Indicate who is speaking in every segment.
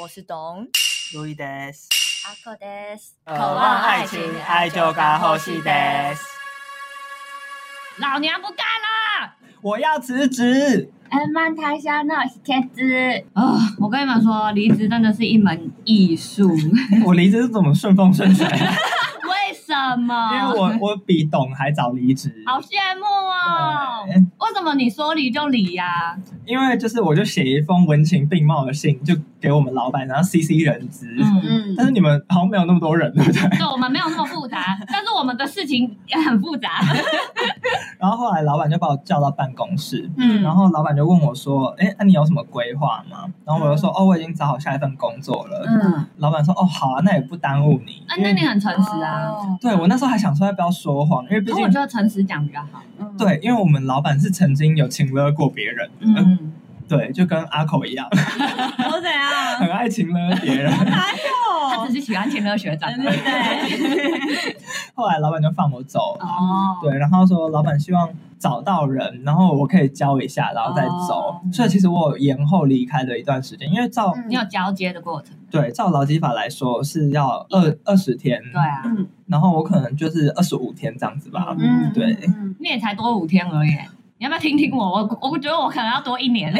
Speaker 1: 我是董
Speaker 2: 路易德斯，
Speaker 1: 阿克德斯，
Speaker 2: 渴
Speaker 1: 望爱情爱就该呼吸です。
Speaker 3: 老娘不干啦！
Speaker 2: 我要辞职。
Speaker 4: 恩曼台下那是天子，
Speaker 3: 啊、我跟你们说，离职真的是一门艺术。
Speaker 2: 嗯我离职是怎么顺风顺 水？
Speaker 3: 哦为什么？
Speaker 2: 因为我我比董还早离职。
Speaker 3: 好羡慕哦！
Speaker 2: 对
Speaker 3: 为什么你说离就离呀、
Speaker 2: 因为就是我就写一封文情并茂的信，就给我们老板，然后 CC 人资。
Speaker 3: 嗯，
Speaker 4: 嗯
Speaker 2: 但，是你们好像没有那么多人，对不对？
Speaker 3: 对，我们没有那么复杂，但是我们的事情也很复杂。
Speaker 2: 然后后来老板就把我叫到办公室，
Speaker 3: 嗯
Speaker 2: 然后老板就问我说：“哎，那、你有什么规划吗？”然后我就说：“哦，我已经找好下一份工作了。
Speaker 3: 嗯，
Speaker 2: 老板说：“哦，好啊，那也不耽误你。
Speaker 3: 啊，
Speaker 2: 因
Speaker 3: 那
Speaker 2: 为
Speaker 3: 你很诚实啊。
Speaker 4: 哦，
Speaker 2: 对我那时候还想说要不要说谎，因为毕
Speaker 3: 可
Speaker 2: 竟
Speaker 3: 我觉得诚实讲比较好。
Speaker 4: 嗯，
Speaker 2: 对，因为我们老板是曾经有请了过别人，嗯，
Speaker 3: 嗯，
Speaker 2: 对，就跟阿口一样，
Speaker 1: 我怎样？
Speaker 2: 很爱请了别人。
Speaker 1: 哪
Speaker 3: 他只
Speaker 1: 有？
Speaker 3: 是喜欢前乐学长。
Speaker 1: 对对对，
Speaker 2: 后来老板就放我走，
Speaker 3: 哦，
Speaker 2: 对，然后说老板希望找到人，然后我可以教一下，然后再走。所以其实我有延后离开的一段时间，因为照、
Speaker 4: 嗯
Speaker 3: 你有交接的过程。
Speaker 2: 对照劳基法来说是要二二十天，
Speaker 3: 对，啊，
Speaker 4: 嗯
Speaker 2: 然后我可能就是二十五天这样子吧。
Speaker 4: 嗯，
Speaker 2: 对
Speaker 4: 嗯，
Speaker 3: 你也才多五天而已。你要不要听听我？我我觉得我可能要多一年。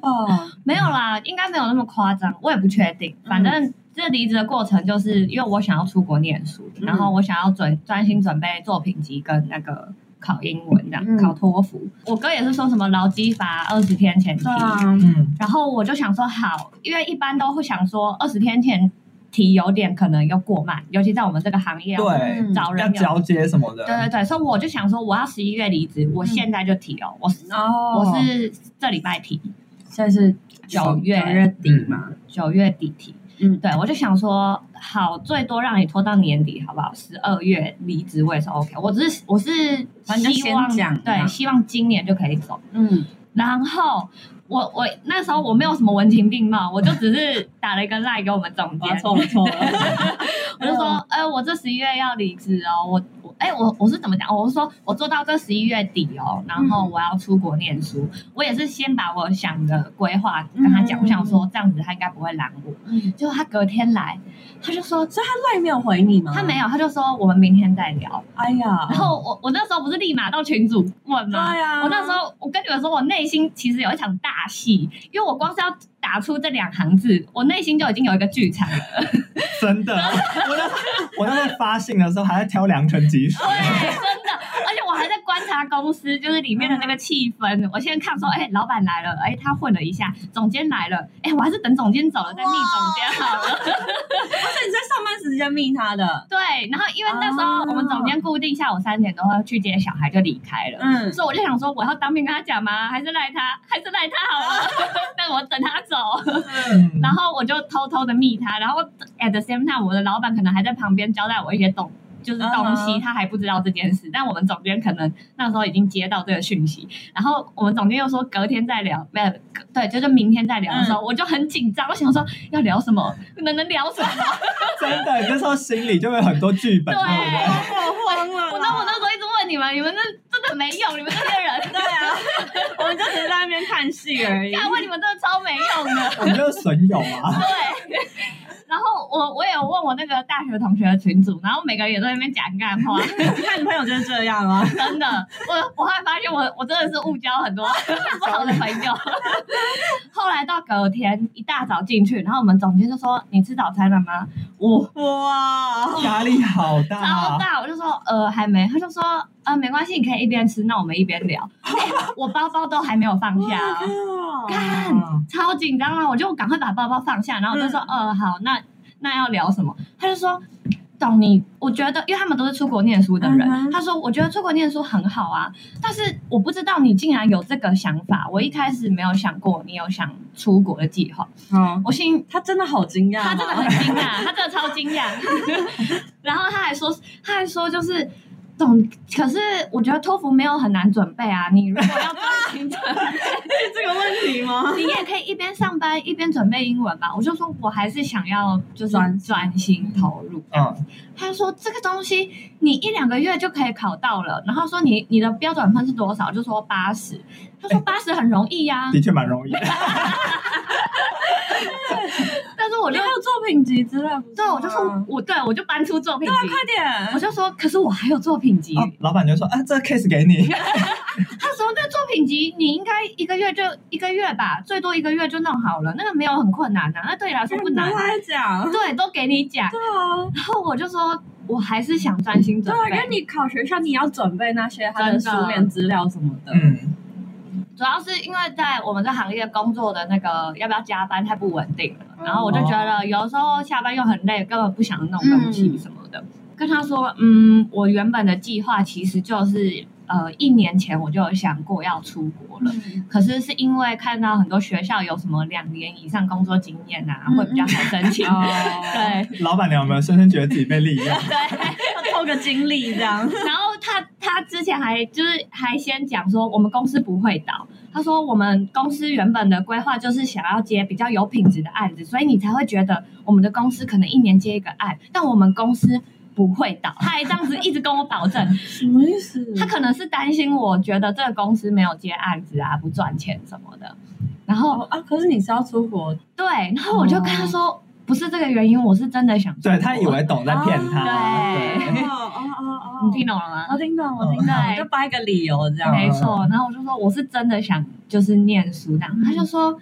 Speaker 4: 哦，
Speaker 3: 没有啦，应该没有那么夸张，我也不确定。
Speaker 4: 嗯
Speaker 3: 反正这离职的过程，就是因为我想要出国念书，
Speaker 4: 嗯
Speaker 3: 然后我想要准专心准备作品集跟那个考英文这样，
Speaker 4: 嗯
Speaker 3: 考托福。我哥也是说什么劳基法二十天前提，
Speaker 4: 对啊，
Speaker 2: 嗯，
Speaker 3: 然后我就想说好，因为一般都会想说二十天前提有点可能又过慢，尤其在我们这个行业要
Speaker 2: 对，
Speaker 4: 嗯
Speaker 3: 找
Speaker 2: 要
Speaker 3: 人有
Speaker 2: 交接什么的，
Speaker 3: 对对呃对，所以我就想说，我要十一月离职，我现在就提哦，我是
Speaker 4: 嗯哦
Speaker 3: 我是这礼拜提，
Speaker 4: 现在是
Speaker 3: 九月
Speaker 4: 九月
Speaker 1: 嗯
Speaker 4: 底嘛，
Speaker 3: 九月底提。
Speaker 4: 嗯
Speaker 3: 对我就想说，好，最多让你拖到年底，好不好？十二月离职我也是 OK，我只是我是
Speaker 4: 反正
Speaker 3: 希望
Speaker 4: 先讲嘛
Speaker 3: 对，希望今年就可以走。
Speaker 4: 嗯
Speaker 3: 然后我我那时候我没有什么文情并茂，我就只是打了一个赖给我们总监，
Speaker 1: 了错 了，
Speaker 3: 我就
Speaker 4: 嗯
Speaker 3: 说，哎、我这十一月要离职哦，我我哎、我我是怎么讲？我是说我做到这十一月底哦，然后
Speaker 4: 嗯
Speaker 3: 我要出国念书，我也是先把我想的规划跟他讲，
Speaker 4: 嗯
Speaker 3: 我想说这样子他应该不会拦我。
Speaker 4: 嗯，
Speaker 3: 结果他隔天来，他就说
Speaker 1: 所以他赖没有回你吗？
Speaker 3: 他没有，他就说我们明天再聊。
Speaker 4: 嗯
Speaker 1: 哎呀
Speaker 3: 然后我我那时候不是立马到群组问
Speaker 1: 对
Speaker 4: 啊
Speaker 3: 吗？
Speaker 1: 呀，
Speaker 3: 我那时候我跟你们说，我内心其实有一场大戏，因为我光是要打出这两行字，我内心就已经有一个剧场了。
Speaker 2: 真的， 我那时候我那时候发信的时候还在挑良辰吉时，
Speaker 3: 对，真的，而且我还在观察公司，就是里面的那个气氛。我先看说，哎、老板来了，哎、他混了一下，总监来了，哎、我还是等总监走了再密总监好了。
Speaker 1: 是你在上班时间密他的，
Speaker 3: 对，然后因为那时候
Speaker 1: 哦
Speaker 3: 我们总监固定下午三点都会去接小孩，就离开了。
Speaker 1: 嗯，
Speaker 3: 所以我就想说，我要当面跟他讲吗？还是赖他？还是赖他好 了？但我等他走，
Speaker 2: 嗯
Speaker 3: 然后我就偷偷的密他，然后 at the same time，我的老板可能还在旁边交代我一些东，就是东西
Speaker 1: 嗯哼
Speaker 3: 他还不知道这件事。但我们总监可能那时候已经接到这个讯息，然后我们总监又说隔天再聊，没有，隔对，就是明天再聊的
Speaker 1: 嗯
Speaker 3: 时候，我就很紧张，我想说要聊什么，能能聊什么？
Speaker 2: 真的，你那时候心里就会有很多剧本，
Speaker 3: 对，
Speaker 2: 对不对？
Speaker 1: 我慌了
Speaker 3: 我那我那时候一直问你们，你们这真的没用，你们这些人，
Speaker 1: 对啊，我们就只是在那边看戏而已。
Speaker 3: 看问你们真的超没用的。
Speaker 2: 我们就是损友 啊，
Speaker 3: 对。然后我我也有问我那个大学同学的群组，然后每个人也在那边讲干话，
Speaker 1: 你看你朋友就是这样啊，
Speaker 3: 真的，我我后来发现我我真的是误交很多 不好的朋友。 后来到隔天一大早进去，然后我们总监就说：“你吃早餐了吗？”我
Speaker 1: 哇，
Speaker 2: 压力好
Speaker 3: 超
Speaker 2: 大。啊
Speaker 3: 大，我就说：“呃，还没。”他就说：“呃，没关系，你可以一边吃，那我们一边聊。哎我包包都还没有放下 哦、干超紧张啊！我就赶快把包包放下，然后我就说：“
Speaker 1: 嗯
Speaker 3: 呃，好，那那要聊什么？”他就说：“懂你，我觉得，因为他们都是出国念书的人，
Speaker 1: 嗯哼
Speaker 3: 他说我觉得出国念书很好啊，但是我不知道你竟然有这个想法，我一开始没有想过你有想出国的计划。
Speaker 1: 好，
Speaker 3: 我心
Speaker 1: 他真的好惊讶，
Speaker 3: 他真的很 惊讶，他真的超惊讶。 然后他还说，他还说就是。”懂，可是我觉得托福没有很难准备啊。你如果要专心准备，
Speaker 1: 是哎这个问题吗？
Speaker 3: 你也可以一边上班一边准备英文吧。我就说我还是想要就是
Speaker 1: 专心
Speaker 3: 专心投入。
Speaker 2: 嗯，
Speaker 3: 他就说这个东西你一两个月就可以考到了，然后说你你的标准分是多少？就说八十。他说八十很容易呀、
Speaker 2: 的确蛮容易的。
Speaker 4: 品集之类不是吗。
Speaker 3: 对，我就
Speaker 4: 啊
Speaker 3: 说我对我就搬出作品集，
Speaker 1: 快点
Speaker 3: 我，就说，可是我还有作品集。
Speaker 2: 哦老板就说啊，这个 case 给 你，
Speaker 3: 他说那作品集你应该一个月就一个月吧，最多一个月就弄好了，那个没有很困难的、啊那对你来说不难啊
Speaker 1: 拿。来讲。
Speaker 3: 对，都给你讲。
Speaker 4: 对啊，
Speaker 3: 然后我就说，我还是想专心
Speaker 4: 对
Speaker 3: 准
Speaker 4: 啊，因
Speaker 3: 备
Speaker 4: 为。你考学校，你要准备那些他的
Speaker 3: 真的
Speaker 4: 书面资料什么的。
Speaker 2: 嗯，
Speaker 3: 主要是因为在我们这行业工作的那个要不要加班太不稳定了，
Speaker 4: 嗯
Speaker 3: 然后我就觉得有时候下班又很累，根本不想弄东西什么的。跟他说，嗯，我原本的计划其实就是呃一年前我就有想过要出国了。
Speaker 4: 嗯
Speaker 3: 可是是因为看到很多学校有什么两年以上工作经验啊，
Speaker 4: 嗯
Speaker 3: 会比较好申请。
Speaker 4: 哦，
Speaker 3: 对
Speaker 2: 老板娘有没有深深觉得自己被利用？
Speaker 3: 对，
Speaker 1: 要透个经历这样，
Speaker 3: 然后他他之前还就是还先讲说我们公司不会倒，他说我们公司原本的规划就是想要接比较有品质的案子，所以你才会觉得我们的公司可能一年接一个案，但我们公司不会倒。 他还这样子一直跟我保证，
Speaker 4: 什么意思？
Speaker 3: 他可能是担心我觉得这个公司没有接案子啊，不赚钱什么的。然后
Speaker 4: 哦啊，可是你是要出国，
Speaker 3: 对，然后我就跟他说，不是这个原因，我是真的想出国。
Speaker 2: 对他以为懂在骗他，
Speaker 3: 哦
Speaker 2: 对
Speaker 3: 对，
Speaker 1: 哦哦
Speaker 3: 你听懂了吗？
Speaker 4: 我听懂，我听懂。
Speaker 3: 对，
Speaker 1: 就掰个理由这样，
Speaker 3: 没错。然后我就说我是真的想就是念书这样，
Speaker 1: 嗯
Speaker 3: 他就说，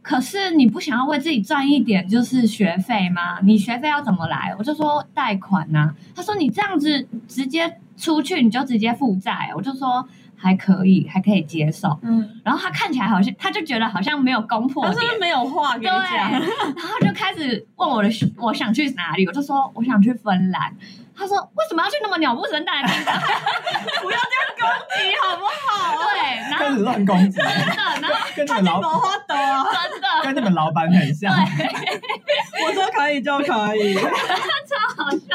Speaker 3: 可是你不想要为自己赚一点就是学费吗？你学费要怎么来？我就说贷款呐、他说你这样子直接出去你就直接负债，我就说。还可以，还可以接受。
Speaker 4: 嗯，
Speaker 3: 然后他看起来好像，他就觉得好像没有攻破
Speaker 1: 他
Speaker 3: 点
Speaker 1: 是，不是没有话给
Speaker 3: 对，
Speaker 1: 你讲？
Speaker 3: 然后就开始问我的我想去哪里，我就说我想去芬兰。他说为什么要去那么鸟不生蛋的地方？
Speaker 1: 不要这样攻击好不好？
Speaker 3: 对，然
Speaker 2: 开
Speaker 3: 后
Speaker 2: 始乱攻击，
Speaker 3: 真的，然后
Speaker 2: 跟你
Speaker 1: 他
Speaker 2: 们
Speaker 1: 就
Speaker 2: 老
Speaker 1: 没 话抖啊，
Speaker 3: 真的
Speaker 2: 跟你们老板很像，
Speaker 1: 我说可以就可以，
Speaker 3: 好笑。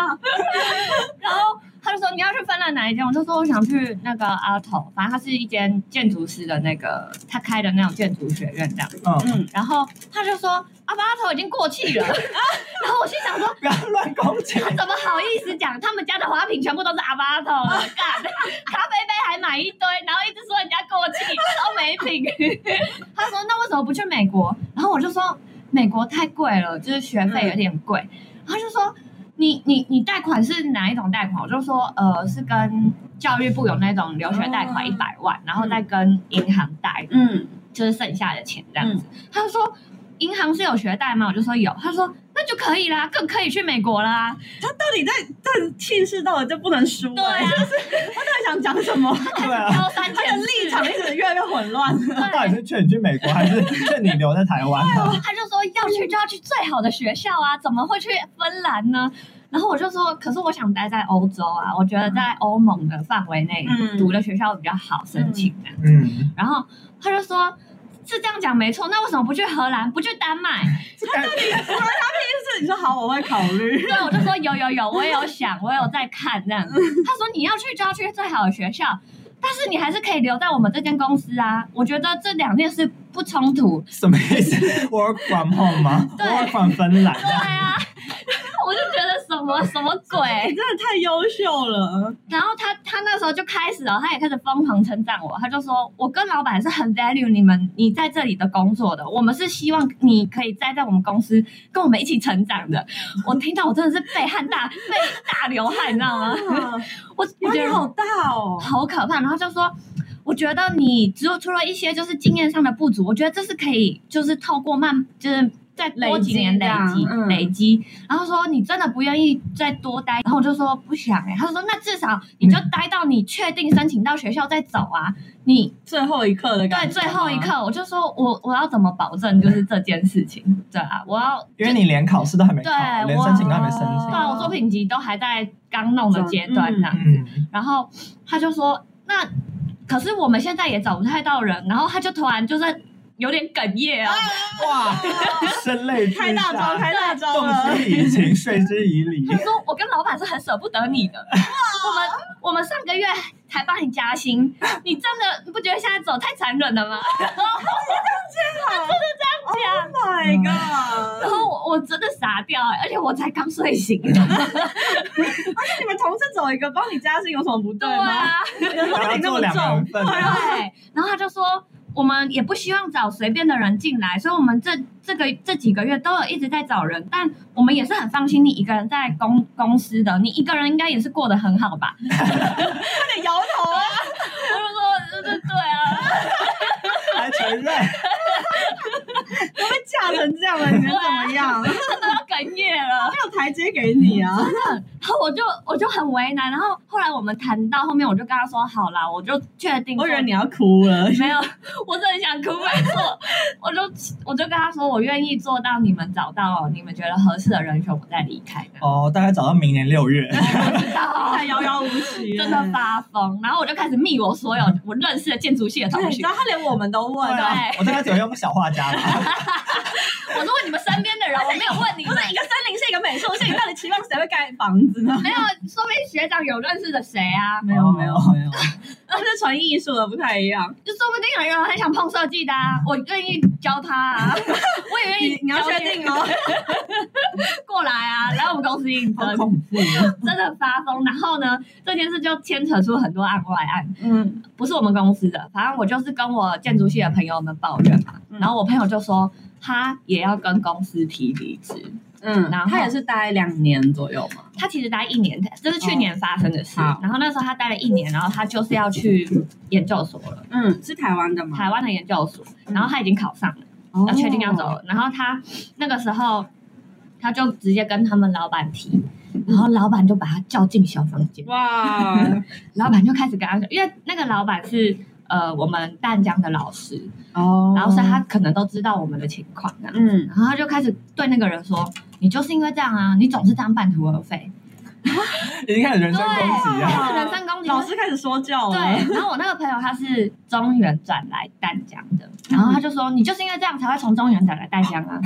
Speaker 3: 然后他就说你要去芬兰哪一间？我就说我想去那个阿头，反正他是一间建筑师的那个他开的那种建筑学院这样。
Speaker 2: 嗯，
Speaker 1: 嗯，
Speaker 3: 然后他就说阿巴阿头已经过气了， 然后我心想说
Speaker 2: 不要乱攻击，
Speaker 3: 怎么好意思讲？他们家的花瓶全部都是阿巴头 的，干咖啡杯还买一堆，然后一直说人家过气，都没品。他说那为什么不去美国？然后我就说美国太贵了，就是学费有点贵。然后他就说你你你贷款是哪一种贷款？我就说呃是跟教育部有那种留学贷款一百万，然后再跟银行贷，
Speaker 4: 嗯，
Speaker 3: 就是剩下的钱这样子。他就说银行是有学贷吗？我就说有。他说那就可以啦，更可以去美国啦。
Speaker 1: 他到底在在气势到了就不能输、
Speaker 3: 对啊
Speaker 1: 欸，就是他到底想讲什 么？
Speaker 2: 对啊，
Speaker 3: 高三
Speaker 1: 他的
Speaker 3: 前
Speaker 1: 立场一直越来越混乱了。
Speaker 2: 到 底是劝你去美国还是 劝你留在台湾啊？
Speaker 3: 他就说要去就要去最好的学校啊，怎么会去芬兰呢？然后我就说，可是我想待在欧洲啊，我觉得在欧盟的范围内
Speaker 1: 嗯
Speaker 3: 读的学校比较好申请这样子。
Speaker 2: 嗯，
Speaker 3: 然后他就说。是这样讲没错，那为什么不去荷兰，不去丹麦？
Speaker 2: 哎
Speaker 1: 就是你说好，我会考虑。
Speaker 3: 对，我就说有有有，我也有想，我也有在看这样子。他说你要去就要去最好的学校，但是你还是可以留在我们这间公司啊。我觉得这两件事不冲突。
Speaker 2: 什么意思？Work from home 吗
Speaker 3: 对
Speaker 2: ？Work from 芬兰
Speaker 3: 对啊， 我就觉得什么什么鬼
Speaker 1: 你、。真的太优秀了，
Speaker 3: 然后他他那时候就开始哦了，他也开始疯狂称赞我，他就说我跟老板是很 value 你们你在这里的工作的，我们是希望你可以待在我们公司跟我们一起成长的。我听到我真的是背汗大 背大流汗，你知道吗？
Speaker 1: 啊
Speaker 3: 我我
Speaker 1: 压
Speaker 3: 觉
Speaker 1: 力
Speaker 3: 得
Speaker 1: 好大哦。
Speaker 3: 好可怕。然后就说，我觉得你只有除了一些就是经验上的不足，我觉得这是可以就是透过慢就是。再多几年累
Speaker 4: 累积
Speaker 3: 积、
Speaker 4: 这样嗯
Speaker 3: 累积，然后说你真的不愿意再多待，然后我就说不想哎、欸，他就说那至少你就待到你确定申请到学校再走啊，你
Speaker 1: 最后一刻的
Speaker 3: 对
Speaker 1: 感觉，
Speaker 3: 最后一，
Speaker 4: 啊
Speaker 3: 刻，我就说我我要怎么保证就是这件事情，对啊，我要
Speaker 2: 因为你连考试都还没考，
Speaker 3: 对
Speaker 2: 连
Speaker 3: 我
Speaker 2: 申请都还没申
Speaker 3: 对
Speaker 2: 请，
Speaker 3: 啊我作品集都还在刚弄的阶段啊呢、
Speaker 2: 嗯，
Speaker 3: 然后他就说：“那可是我们现在也找不太到人。”然后他就突然就是有点哽咽啊，
Speaker 2: 哇，声泪俱
Speaker 1: 开大招，开大招
Speaker 2: 嗯动
Speaker 1: 了。
Speaker 2: 之以情，睡之以理
Speaker 3: 他，说：“我跟老板是很舍不得你的，我们我们上个月才帮你加薪，你真的你不觉得现在走太残忍了吗？”他真的这样
Speaker 1: Oh my god！
Speaker 3: 讲，然后我我真的傻掉、欸而且我才刚睡醒。
Speaker 1: 那你们同事走一个帮你加薪有什么不对
Speaker 3: 对
Speaker 1: 吗？
Speaker 3: 啊，
Speaker 1: 人
Speaker 2: 然
Speaker 1: 头
Speaker 2: 后
Speaker 1: 领那
Speaker 2: 做
Speaker 1: 么
Speaker 2: 两人
Speaker 1: 重，
Speaker 2: 份，哎
Speaker 3: 对，然后他就说。我们也不希望找随便的人进来，所以我们这这个这几个月都有一直在找人，但我们也是很放心你一个人在公公司的，你一个人应该也是过得很好吧？
Speaker 1: 点摇头啊，
Speaker 3: 我就说，对对对啊，
Speaker 2: 还承认，
Speaker 1: 被架成 这样了，你能怎么样？没
Speaker 3: 真的要哽咽了。
Speaker 1: 有台阶给你啊，
Speaker 3: 然后我就我就很为难，然后后来我们谈到后面，我就跟他说，好啦，我就确定说，
Speaker 1: 我以为你要哭了。
Speaker 3: 没有，我是很想哭，没错，我就我就跟他说，我愿意做到你们找到你们觉得合适的人选，我再离开。
Speaker 2: 哦，大概找到明年六 月，
Speaker 3: 不知道
Speaker 1: 太遥遥无期了，
Speaker 3: 真的发疯，然后我就开始密我所有 我认识的建筑系的
Speaker 1: 对？
Speaker 3: 同
Speaker 1: 哎你知
Speaker 3: 学
Speaker 1: 道，他连我们都问
Speaker 3: 对
Speaker 1: 啊，
Speaker 3: 啊
Speaker 2: 我大概只有用小画家了，哦
Speaker 3: 我说问你们身边的人，我没有问你
Speaker 1: 不
Speaker 3: 们，
Speaker 1: 是一个森林，是一个美术系，你到底期望谁会盖房子呢？
Speaker 3: 没有，说明学长有认识的谁啊？
Speaker 1: 没有没有没有， 那是纯艺术的不太一样。
Speaker 3: 就说不定有人很想碰设计的啊，我愿意教他 啊，我也愿
Speaker 1: 你
Speaker 3: 意，
Speaker 1: 你要确定哦，
Speaker 3: 过来啊，来我们公司应
Speaker 2: 好
Speaker 3: 征，
Speaker 2: 恐怖哦。
Speaker 3: 真的发疯。然后呢，这件事就牵扯出很多案外案，
Speaker 1: 嗯，
Speaker 3: 不是我们公司的，反正我就是跟我建筑系的朋友们抱怨嘛，
Speaker 1: 嗯
Speaker 3: 然后我朋友就说他也要跟公司提离职。
Speaker 4: 嗯，
Speaker 3: 然后
Speaker 4: 他也是大概两年左右嘛。
Speaker 3: 他其实待一年，这是去年发生的事。
Speaker 4: 哦好
Speaker 3: 然后那时候他待了一年，然后他就是要去研究所了，
Speaker 4: 嗯，是台湾的吗？
Speaker 3: 台湾的研究所。然后他已经考上了，
Speaker 4: 哦
Speaker 3: 要啊确定要走了。然后他那个时候，他就直接跟他们老板提，
Speaker 4: 嗯
Speaker 3: 然后老板就把他叫进小房间，
Speaker 1: 哇，
Speaker 3: 老板就开始跟他讲，因为那个老板是呃我们淡江的老师，
Speaker 4: 哦，
Speaker 3: 然后所以他可能都知道我们的情况这样。
Speaker 4: 嗯，
Speaker 3: 然后他就开始对那个人说：“你就是因为这样啊，你总是这样半途而废。
Speaker 2: 已经开始人身攻击啊！
Speaker 1: 哇
Speaker 3: 人身攻击
Speaker 1: 哦老师开始说教了，
Speaker 3: 嗯对，然后我那个朋友他是中原转来淡江的，然后他就说你就是因为这样才会从中原转来淡江啊，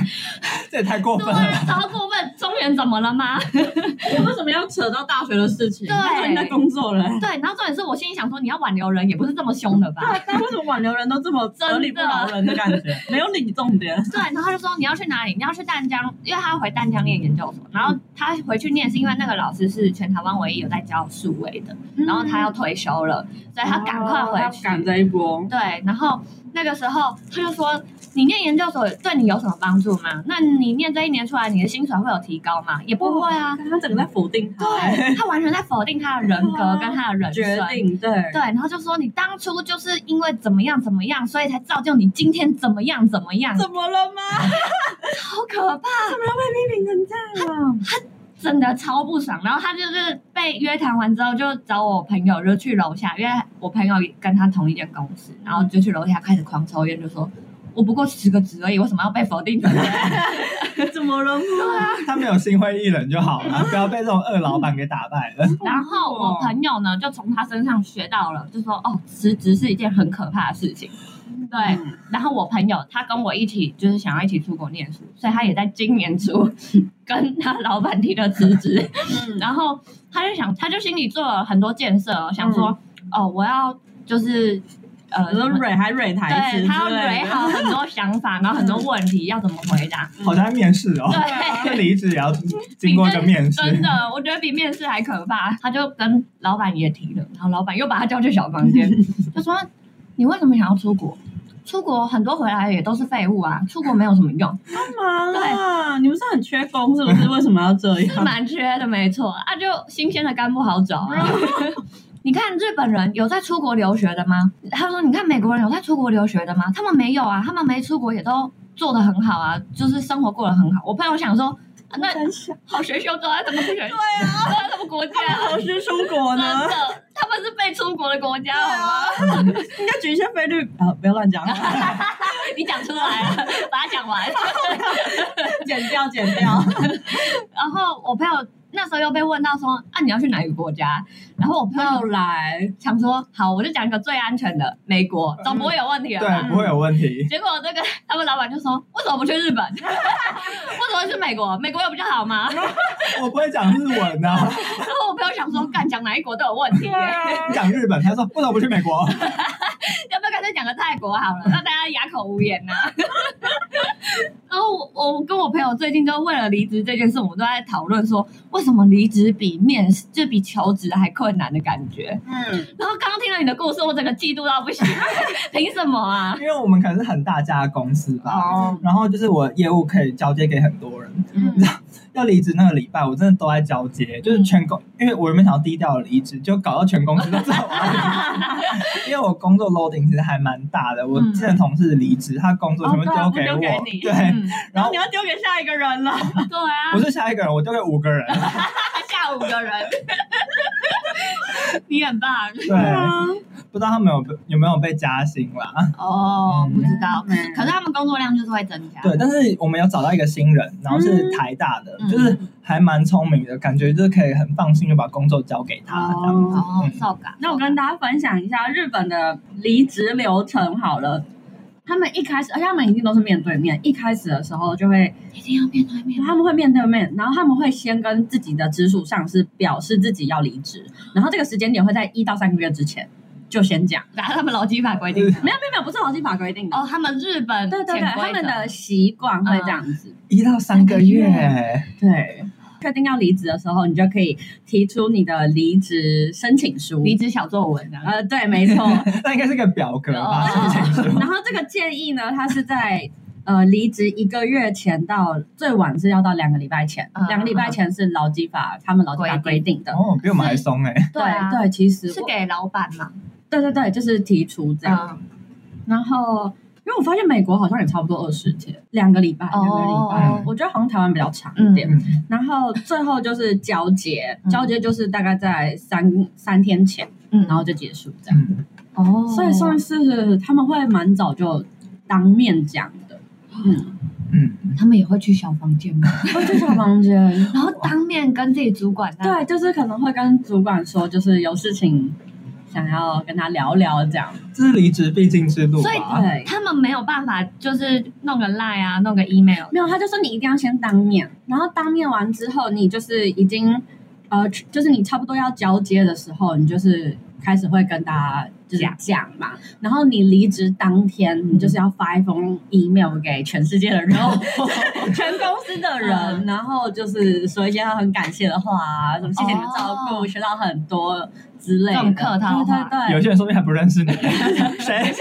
Speaker 2: 这也太
Speaker 1: 哦
Speaker 2: 过分
Speaker 3: 对
Speaker 2: 了。
Speaker 3: 啊，超过分，中原怎么了吗？
Speaker 1: 为什么要扯到大学的事情？
Speaker 3: 对
Speaker 1: 他都已经在工作了、欸。
Speaker 3: 对，然后重点是我心里想说你要挽留人也不是这么凶的吧，
Speaker 1: 但 为什么挽留人都这么
Speaker 3: 真的
Speaker 1: 得理不饶人的感觉？没有理重点，
Speaker 3: 对，然后他就说你要去哪里？你要去淡江，因为他要回淡江念研究所，然后他回去念是因为那个老师是全台湾唯一有在教数位的，然后他要退休了，所以他赶快
Speaker 4: 哦
Speaker 3: 回
Speaker 4: 要
Speaker 3: 去，
Speaker 4: 赶这一波。
Speaker 3: 对，然后那个时候他就说：“你念研究所对你有什么帮助吗？那你念这一年出来，你的薪水会有提高吗？也不会啊。
Speaker 1: 他整个在否定他，
Speaker 3: 对他完全在否定他的人格跟他的人
Speaker 4: 决
Speaker 3: 生。
Speaker 4: 定对，
Speaker 3: 对，然后就说你当初就是因为怎么样怎么样，所以才造就你今天怎么样怎么样，
Speaker 1: 怎么了 吗？
Speaker 3: 好可怕，
Speaker 1: 批评成这样
Speaker 3: 真的超不爽。然后他就是被约谈完之后，就找我朋友就去楼下，因为我朋友跟他同一间公司，然后就去楼下开始狂抽烟，就说我不过辞个职而已，为什么要被否定成 这样？
Speaker 1: 啊？怎么了吗？
Speaker 2: 他没有心灰意冷就好
Speaker 3: 啊
Speaker 2: 了，不要被这种恶老板给打败了。
Speaker 3: 然后我朋友呢，就从他身上学到了，就说哦，辞职是一件很可怕的事情。对，然后我朋友他跟我一起，就是想要一起出国念书，所以他也在今年初跟他老板提了辞职。
Speaker 4: 嗯，
Speaker 3: 然后他就想，他就心里做了很多建设哦，想说、哦，我要就是呃，
Speaker 1: 嗯你说蕊还蕊台词
Speaker 3: 对
Speaker 1: 之
Speaker 3: 他要
Speaker 1: 类
Speaker 3: 蕊
Speaker 1: 的，
Speaker 3: 好很多想法，然后很多问题要怎么回答。
Speaker 2: 好像在面试哦，
Speaker 3: 对。
Speaker 2: 这离职也要经过一个面试。
Speaker 3: 真的，我觉得比面试还可怕。他就跟老板也提了，然后老板又把他叫去小房 间，就说：“你为什么想要出国？出国很多回来也都是废物啊，出国没有什么用，
Speaker 1: 干嘛啦？你们是很缺工是不是？为什么要这
Speaker 3: 是
Speaker 1: 样？
Speaker 3: 蛮缺的，没错啊，就新鲜的干不好找 啊。你看日本人有在出国留学的吗？他说：你看美国人有在出国留学的吗？他们没有啊，他们没出国也都做得很好啊，就是生活过得很好。我朋友想说，啊那
Speaker 1: 真想
Speaker 3: 好学修都啊，怎么不学？对啊，什么国家啊？
Speaker 1: 何须出国
Speaker 3: 真
Speaker 1: 呢？
Speaker 3: 的，啊他们是被出国的国家好吗？
Speaker 1: 应该举一些菲律啊， 不要乱讲，
Speaker 3: 你讲出来啊， 把它讲完。
Speaker 1: 剪掉剪掉。
Speaker 3: 然后我朋友那时候又被问到说，啊，你要去哪一个国家？然后我朋
Speaker 4: 后
Speaker 3: 友
Speaker 4: 来
Speaker 3: 想说，好，我就讲一个最安全的，美国，总不会有问题了吧
Speaker 2: 对，？不会有问题。
Speaker 3: 结果那个他们老板就说，为什么不去日本？为 什么去美国？美国有比较好吗？然
Speaker 2: 我不会讲日文呐、啊，
Speaker 3: 后我朋友想说，干讲哪一国都有问题耶、
Speaker 2: 你讲日本，他说为什么不去美国？
Speaker 3: 要不要干脆讲个泰国好了，让大家哑口无言呐、啊 然后我我跟我朋友最近就为了离职这件事，我们都在讨论说，为什么离职比面试就比求职还困难的感觉。
Speaker 4: 嗯，
Speaker 3: 然后刚刚听了你的故事，我整个嫉妒到不 行，凭什么啊？
Speaker 2: 因为我们可能是很大家的公司吧，
Speaker 4: 哦，
Speaker 2: 然后就是我业务可以交接给很多人，
Speaker 3: 嗯，
Speaker 2: 要离职那个礼拜，我真的都在交接，就是全公，因为我原本想要低调的离职，就搞到全公司都知道我要离 职，因为我工作 loading 其实还蛮大的。我之前同事离职，他工作全部丢
Speaker 3: 嗯哦
Speaker 2: 给
Speaker 3: 对
Speaker 2: 我，
Speaker 3: 啊不丢给你
Speaker 2: 对，
Speaker 3: 嗯
Speaker 2: 然后
Speaker 1: 你要丢给下一个人了，
Speaker 3: 对啊
Speaker 2: 我，是下一个人，我丢给五个人，
Speaker 3: 嗯下五个 人，你很棒
Speaker 2: 对，不知道他们有被有没有被加薪啦？
Speaker 3: 哦，不知道，
Speaker 4: 嗯
Speaker 3: 可是他们工作量就是会增加，
Speaker 2: 对，但是我们有找到一个新人，然后是台大的，
Speaker 3: 啊嗯
Speaker 2: 就是还蛮聪明的，感觉就是可以很放心的把工作交给他这样。
Speaker 4: 哦
Speaker 3: 哦
Speaker 2: 嗯，
Speaker 3: 受感。
Speaker 4: 那我跟大家分享一下日本的离职流程好了。他们一开始，而且他们一定都是面对面。一开始的时候就会，
Speaker 3: 一定要面对面
Speaker 4: 他们会面对面，然后他们会先跟自己的直属上司表示自己要离职，然后这个时间点会在一到三个月之前就先讲。
Speaker 3: 打他们劳基法规定的
Speaker 4: 没有没有没有，不是劳基法规定的。
Speaker 3: 哦，他们日本
Speaker 4: 对对对，
Speaker 3: 潜规则
Speaker 4: 他们的习惯会这样子。
Speaker 2: 一到三个月，
Speaker 3: 三个
Speaker 4: 对，确定要离职的时候，你就可以提出你的离职申请书。
Speaker 3: 离职小作文这啊样。
Speaker 4: 呃，对，没错。
Speaker 2: 那应该是个表格吧？
Speaker 3: 哦
Speaker 2: 申请 书
Speaker 4: 然后这个建议呢，它是在呃离职一个月前到最晚是要到两个礼拜前，
Speaker 3: 嗯
Speaker 4: 两个礼拜前是劳基法他们劳基法规定的。
Speaker 2: 哦，比我们还松哎、
Speaker 4: 对对，其实
Speaker 3: 啊是
Speaker 4: 我
Speaker 3: 给老板嘛？
Speaker 4: 对对对，就是提出这样。
Speaker 3: 嗯，
Speaker 4: 然后因为我发现美国好像也差不多二十天，两个礼拜，两个礼拜。
Speaker 2: 哦
Speaker 4: 我觉得好像台湾比较长一点。
Speaker 2: 嗯，
Speaker 4: 然后最后就是交接，
Speaker 3: 嗯
Speaker 4: 交接就是大概在三三天前，
Speaker 3: 嗯
Speaker 4: 然后就结束这样。
Speaker 2: 嗯，
Speaker 3: 哦，
Speaker 4: 所以算是他们会蛮早就当面讲 的，嗯，
Speaker 2: 嗯，
Speaker 3: 他们也会去小房间吗？
Speaker 4: 会去小房间，
Speaker 3: 然后当面跟自己主管啊那
Speaker 4: 对，就是可能会跟主管说，就是有事情想要跟他聊聊这样，
Speaker 2: 这是离职必经之路吧？
Speaker 3: 所以
Speaker 4: 对。
Speaker 3: 他们没有办法，就是弄个 line 啊，弄个 email。
Speaker 4: 没有，他就说你一定要先当面，然后当面完之后，你就是已经，呃，就是你差不多要交接的时候，你就是开始会跟大家就是讲嘛。然后你离职当天，你就是要发一封 email 给全世界的人，全公司的人，
Speaker 3: 嗯
Speaker 4: 然后就是说一些很感谢的话啊，什么谢谢你的照顾，
Speaker 3: 哦
Speaker 4: 学到很多之类
Speaker 3: 这
Speaker 4: 的
Speaker 3: 种客套话
Speaker 4: 对对
Speaker 2: 有
Speaker 4: 对，
Speaker 2: 些人说不定还不认识你，谁？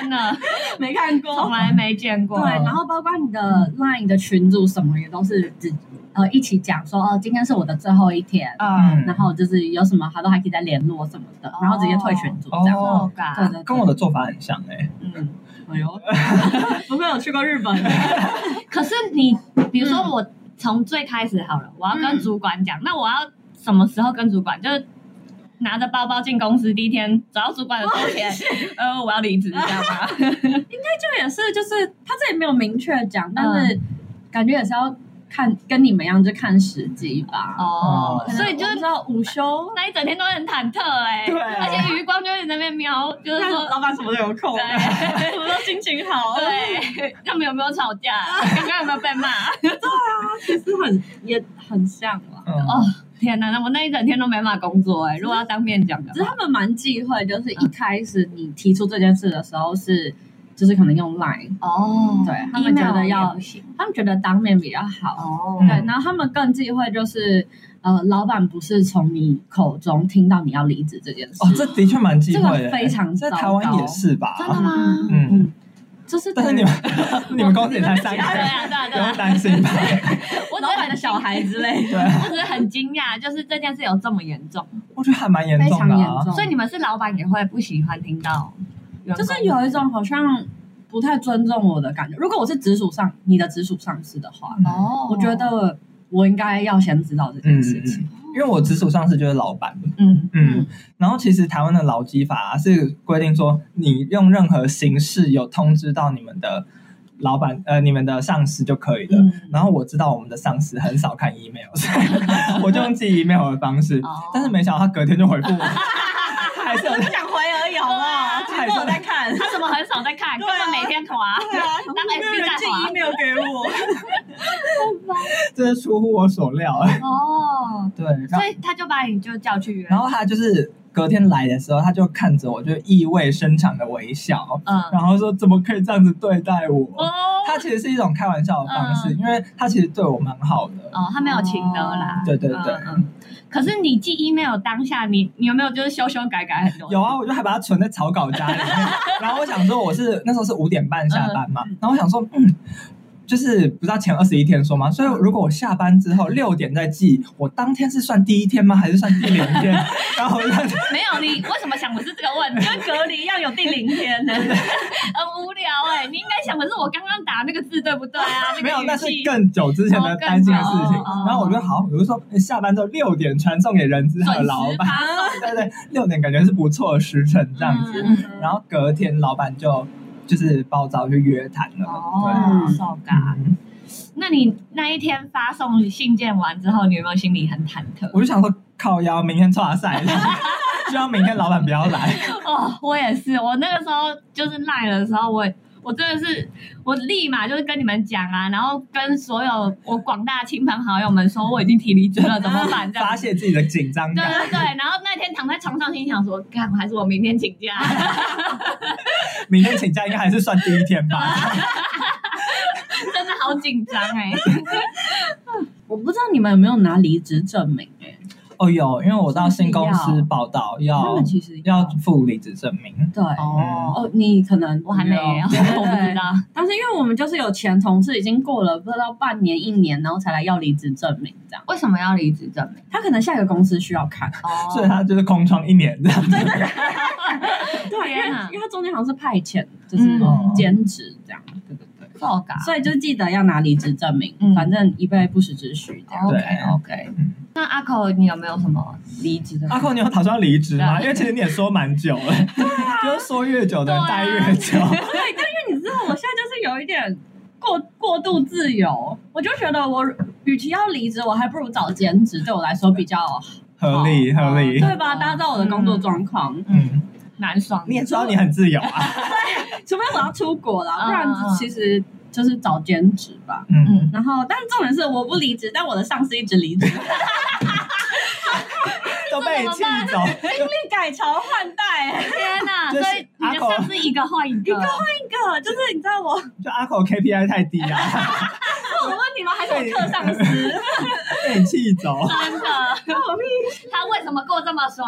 Speaker 3: 真的
Speaker 4: 没看过，
Speaker 3: 从来没见过
Speaker 4: 对，，然后包括你的 Line 的群组什么也都是只呃一起讲说哦，今天是我的最后一天，
Speaker 3: 嗯，
Speaker 4: 然后就是有什么他都还可以再联络什么的，然后直接退群组这样。
Speaker 2: 哦
Speaker 3: 受感
Speaker 4: 对对对，
Speaker 2: 跟我的做法很像哎、
Speaker 4: 嗯，哎呦， 不过有去过日本，
Speaker 3: 可是你，比如说
Speaker 4: 嗯
Speaker 3: 我从最开始好了，我要跟
Speaker 4: 嗯
Speaker 3: 主管讲，那我要什么时候跟主管？就是拿着包包进公司第一天，走到主管的桌 前，呃，我要离职，这样吗？
Speaker 4: 这也是就是他这里没有明确讲，但是感觉也是要看跟你们一样，就看时机吧。
Speaker 3: 哦
Speaker 2: 哦，
Speaker 3: 所以就是
Speaker 4: 知道午 休，
Speaker 3: 那一整天都很忐忑哎、
Speaker 2: 对
Speaker 3: 而且余光就在那边瞄，就是
Speaker 1: 但
Speaker 3: 说。
Speaker 1: 老板什么都有空，
Speaker 3: 对
Speaker 1: 什么都心情
Speaker 3: 啊
Speaker 1: 好，
Speaker 3: 对，他们有没有吵 架？刚刚有没有被骂？
Speaker 4: 其实很也很像啦。
Speaker 2: 嗯，
Speaker 3: 哦天哪，那我那一整天都没办法工作哎、如果要当面讲的
Speaker 4: 只是他们蛮忌讳，就是一开始你提出这件事的时候是，就是可能用 Line，
Speaker 1: 嗯
Speaker 3: 哦
Speaker 4: 对他们觉得要
Speaker 3: email 也不行
Speaker 4: 他们觉得当面比较好。
Speaker 3: 哦
Speaker 4: 对，然后他们更忌讳就是，呃，老板不是从你口中听到你要离职这件事，
Speaker 2: 哦，这的确蛮忌
Speaker 4: 这
Speaker 2: 讳的、欸
Speaker 4: 个非常
Speaker 2: 在
Speaker 4: 糟糕。
Speaker 2: 台湾也，是
Speaker 3: 真的
Speaker 2: 吧？
Speaker 3: 吗？
Speaker 2: 嗯，
Speaker 4: 就是
Speaker 2: 但是你们你们公司也才三
Speaker 3: 对
Speaker 2: 个 人，
Speaker 3: 啊，对啊，
Speaker 2: 不
Speaker 3: 对啊
Speaker 2: 用，担心吧？
Speaker 3: 我只
Speaker 4: 老
Speaker 3: 是
Speaker 4: 板
Speaker 3: 很
Speaker 4: 的小
Speaker 3: 惊，
Speaker 4: 孩之类的，
Speaker 2: 对，
Speaker 3: 我只是很惊讶， 就是这件事有这么严重，
Speaker 2: 我觉得还蛮严
Speaker 4: 非
Speaker 2: 重
Speaker 4: 常
Speaker 2: 的、
Speaker 4: 严
Speaker 2: 啊。
Speaker 4: 重。
Speaker 3: 所以你们是老板也会不喜欢听到员工，
Speaker 4: 哦就是有一种好像不太尊重我的感觉。如果我是直属上你的直属上司的话，
Speaker 3: 哦，
Speaker 4: 我觉得我应该要先知道这件事情。
Speaker 2: 嗯因为我直属上司就是老板，
Speaker 3: 嗯
Speaker 2: 嗯
Speaker 4: 嗯，
Speaker 2: 然后其实台湾的劳基法、啊是规定说，你用任何形式有通知到你们的老板呃你们的上司就可以了。
Speaker 3: 嗯
Speaker 2: 然后我知道我们的上司很少看 email，所以 我就用寄 email 的方式，
Speaker 3: 哦
Speaker 2: 但是没想到他隔天就回复我， 他还是有
Speaker 1: 只想回而已，好不好？
Speaker 4: 啊
Speaker 1: 其实都有在看。
Speaker 3: 他怎么很少在看，根
Speaker 1: 对啊
Speaker 3: 本每天滑，
Speaker 1: 对啊，
Speaker 3: 当
Speaker 1: 没有
Speaker 3: SD
Speaker 1: 人
Speaker 3: 在
Speaker 1: 寄
Speaker 3: 滑
Speaker 1: email 给我，
Speaker 2: 这是出乎我所料。啊
Speaker 3: 哦，
Speaker 2: 对，然后
Speaker 3: 所以他就把你就叫去约，
Speaker 2: 哦然后他就是隔天来的时候，他就看着我，就意味深长的微笑，
Speaker 3: 嗯，
Speaker 2: 然后说怎么可以这样子对待我？
Speaker 3: 哦
Speaker 2: 他其实是一种开玩笑的方式，
Speaker 3: 嗯
Speaker 2: 因为他其实对我蛮好的。
Speaker 3: 哦，他没有情的啦。
Speaker 2: 对对对，
Speaker 3: 嗯嗯。可是你寄 email 当下，你你有没有就是修修改改很多？
Speaker 2: 有啊，我就还把它存在草稿夹里 面。然后我想说，我是那时候是五点半下班嘛，然后我想说，嗯。就是不知道前二十一天说嘛，所以如果我下班之
Speaker 3: 嗯
Speaker 2: 后六点再寄，我当天是算第一天吗？还是算第零 天？然后我就
Speaker 3: 没有，你为什么想的是这个问题？跟隔离一样有第零天呢， 很无聊哎、你应该想的是我刚刚打那个字对不对啊？那
Speaker 2: 没有，
Speaker 3: 个
Speaker 2: 那
Speaker 3: 语
Speaker 2: 是
Speaker 3: 气。
Speaker 2: 更久之前的担心的事
Speaker 3: 哦
Speaker 2: 情
Speaker 3: 更久哦。
Speaker 2: 然后我就好，我就说欸下班之后六点传送给人资还有
Speaker 3: 准
Speaker 2: 老
Speaker 3: 时
Speaker 2: 板，
Speaker 3: 发送
Speaker 2: 对对，六点感觉是不错的时辰这样子。
Speaker 3: 嗯
Speaker 4: 嗯
Speaker 2: 然后隔天老板就就是把我找去约谈了，
Speaker 3: 哦
Speaker 4: 对
Speaker 3: ，so g
Speaker 2: 对。嗯
Speaker 3: 那你那一天发送信件完之后，你有没有心里很忐忑？
Speaker 2: 我就想说靠腰，明天抓赛， 希望明天老板不要来。
Speaker 3: 哦，我也是，我那个时候就是赖的时候，我我真的是我立马就是跟你们讲啊，然后跟所有我广大亲朋好友们说我已经提离职了，怎么办？这样
Speaker 2: 发泄自己的紧张
Speaker 3: 对
Speaker 2: 感。
Speaker 3: 对对，然后那天躺在床上，心想说：“干，还是我明天请假。
Speaker 2: 明天请假应该还是算第一天吧。”
Speaker 3: 啊真的好紧张 哎。
Speaker 4: 我不知道你们有没有拿离职证明哎、
Speaker 2: 哦，有，因为我到新公司报道
Speaker 4: 他
Speaker 2: 要
Speaker 4: 们其实
Speaker 2: 要附离职证明。
Speaker 4: 对
Speaker 3: 哦，
Speaker 4: 哦，你可能
Speaker 3: 我还没有，
Speaker 4: 对
Speaker 3: 我不知。
Speaker 4: 对
Speaker 3: 道。
Speaker 4: 但是因为我们就是有前同事已经过了不知道半年一年，然后才来要离职证明这样，
Speaker 3: 为什么要离职证明？
Speaker 4: 他可能下个公司需要看。
Speaker 3: 哦
Speaker 2: 嗯所以他就是空窗一年这样子，
Speaker 4: 对，因为
Speaker 3: 天哪
Speaker 4: 因为他中间好像是派遣，就是
Speaker 2: 嗯
Speaker 4: 兼职这样，对对对。
Speaker 3: 报告。
Speaker 4: 所以就记得要拿离职证明，
Speaker 3: 嗯
Speaker 4: 反正以备不时之需这样。
Speaker 2: 对
Speaker 3: OK OK，那阿口你有没有什么离职的？
Speaker 2: 阿寇，你有打算离职吗？
Speaker 3: 对啊
Speaker 2: 因为其实你也说蛮久了，就是说越久的人待
Speaker 3: 啊
Speaker 2: 越久。
Speaker 4: 对，但因为你知道，我现在就是有一点过过度自由，我就觉得我与其要离职，我还不如找兼职，对我来说比较
Speaker 2: 合理，合理。
Speaker 4: 对吧？大家知道我的工作状况，
Speaker 2: 嗯，
Speaker 3: 难 爽，
Speaker 2: 你也知道你很自由啊。
Speaker 4: 除非我要出国啦，
Speaker 3: 嗯
Speaker 4: 不然
Speaker 3: 嗯
Speaker 4: 其实就是找兼职吧。
Speaker 2: 嗯，
Speaker 3: 嗯，
Speaker 4: 然后，但重点是我不离职，但我的上司一直离职，
Speaker 2: 都被你气走。
Speaker 4: 经历改朝换代。
Speaker 3: 天哪！
Speaker 2: 就是
Speaker 3: 所以你
Speaker 2: 阿
Speaker 3: 的
Speaker 2: 口
Speaker 3: 上司一个换一个，
Speaker 4: 那个就是你知道我，
Speaker 2: 就阿口 KPI 太低 啊，
Speaker 4: 我问你们还是我课上司，
Speaker 2: 被你气 走。
Speaker 3: 真的， 他为什么过这么爽？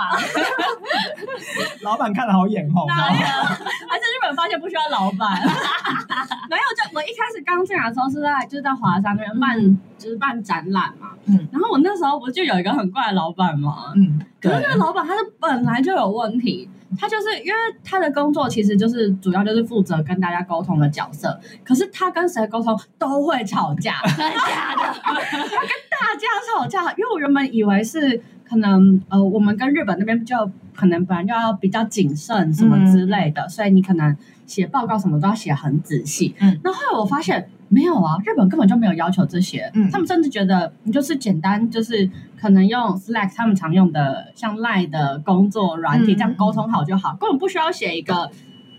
Speaker 2: 老板看得好眼红
Speaker 4: 哪有？
Speaker 2: 哦。
Speaker 4: 还是日本发现不需要老板？ 没有，就我一开始刚进来的时候是在就是在华山那边办、就是办展览嘛，
Speaker 3: 嗯
Speaker 4: 然后我那时候不就有一个很怪的老板嘛，
Speaker 2: 嗯，
Speaker 4: 可
Speaker 2: 对
Speaker 4: 是那个老板他是本来就有问题，他就是因为他的工作其实就是主要就是负责跟大家沟通的角色，可是他跟谁沟通都会吵架，
Speaker 3: 真的假的？
Speaker 4: 大家吵架，因为我原本以为是可能呃，我们跟日本那边就可能本来就要比较谨慎什
Speaker 3: 嗯
Speaker 4: 么之类的，所以你可能写报告什么都要写很仔细。
Speaker 3: 嗯，
Speaker 4: 那后来我发现没有啊，日本根本就没有要求这些，
Speaker 2: 嗯
Speaker 4: 他们甚至觉得你就是简单就是可能用 Slack 他们常用的像 Line 的工作软体、
Speaker 3: 嗯
Speaker 4: 这样沟通好就好，根本不需要写一个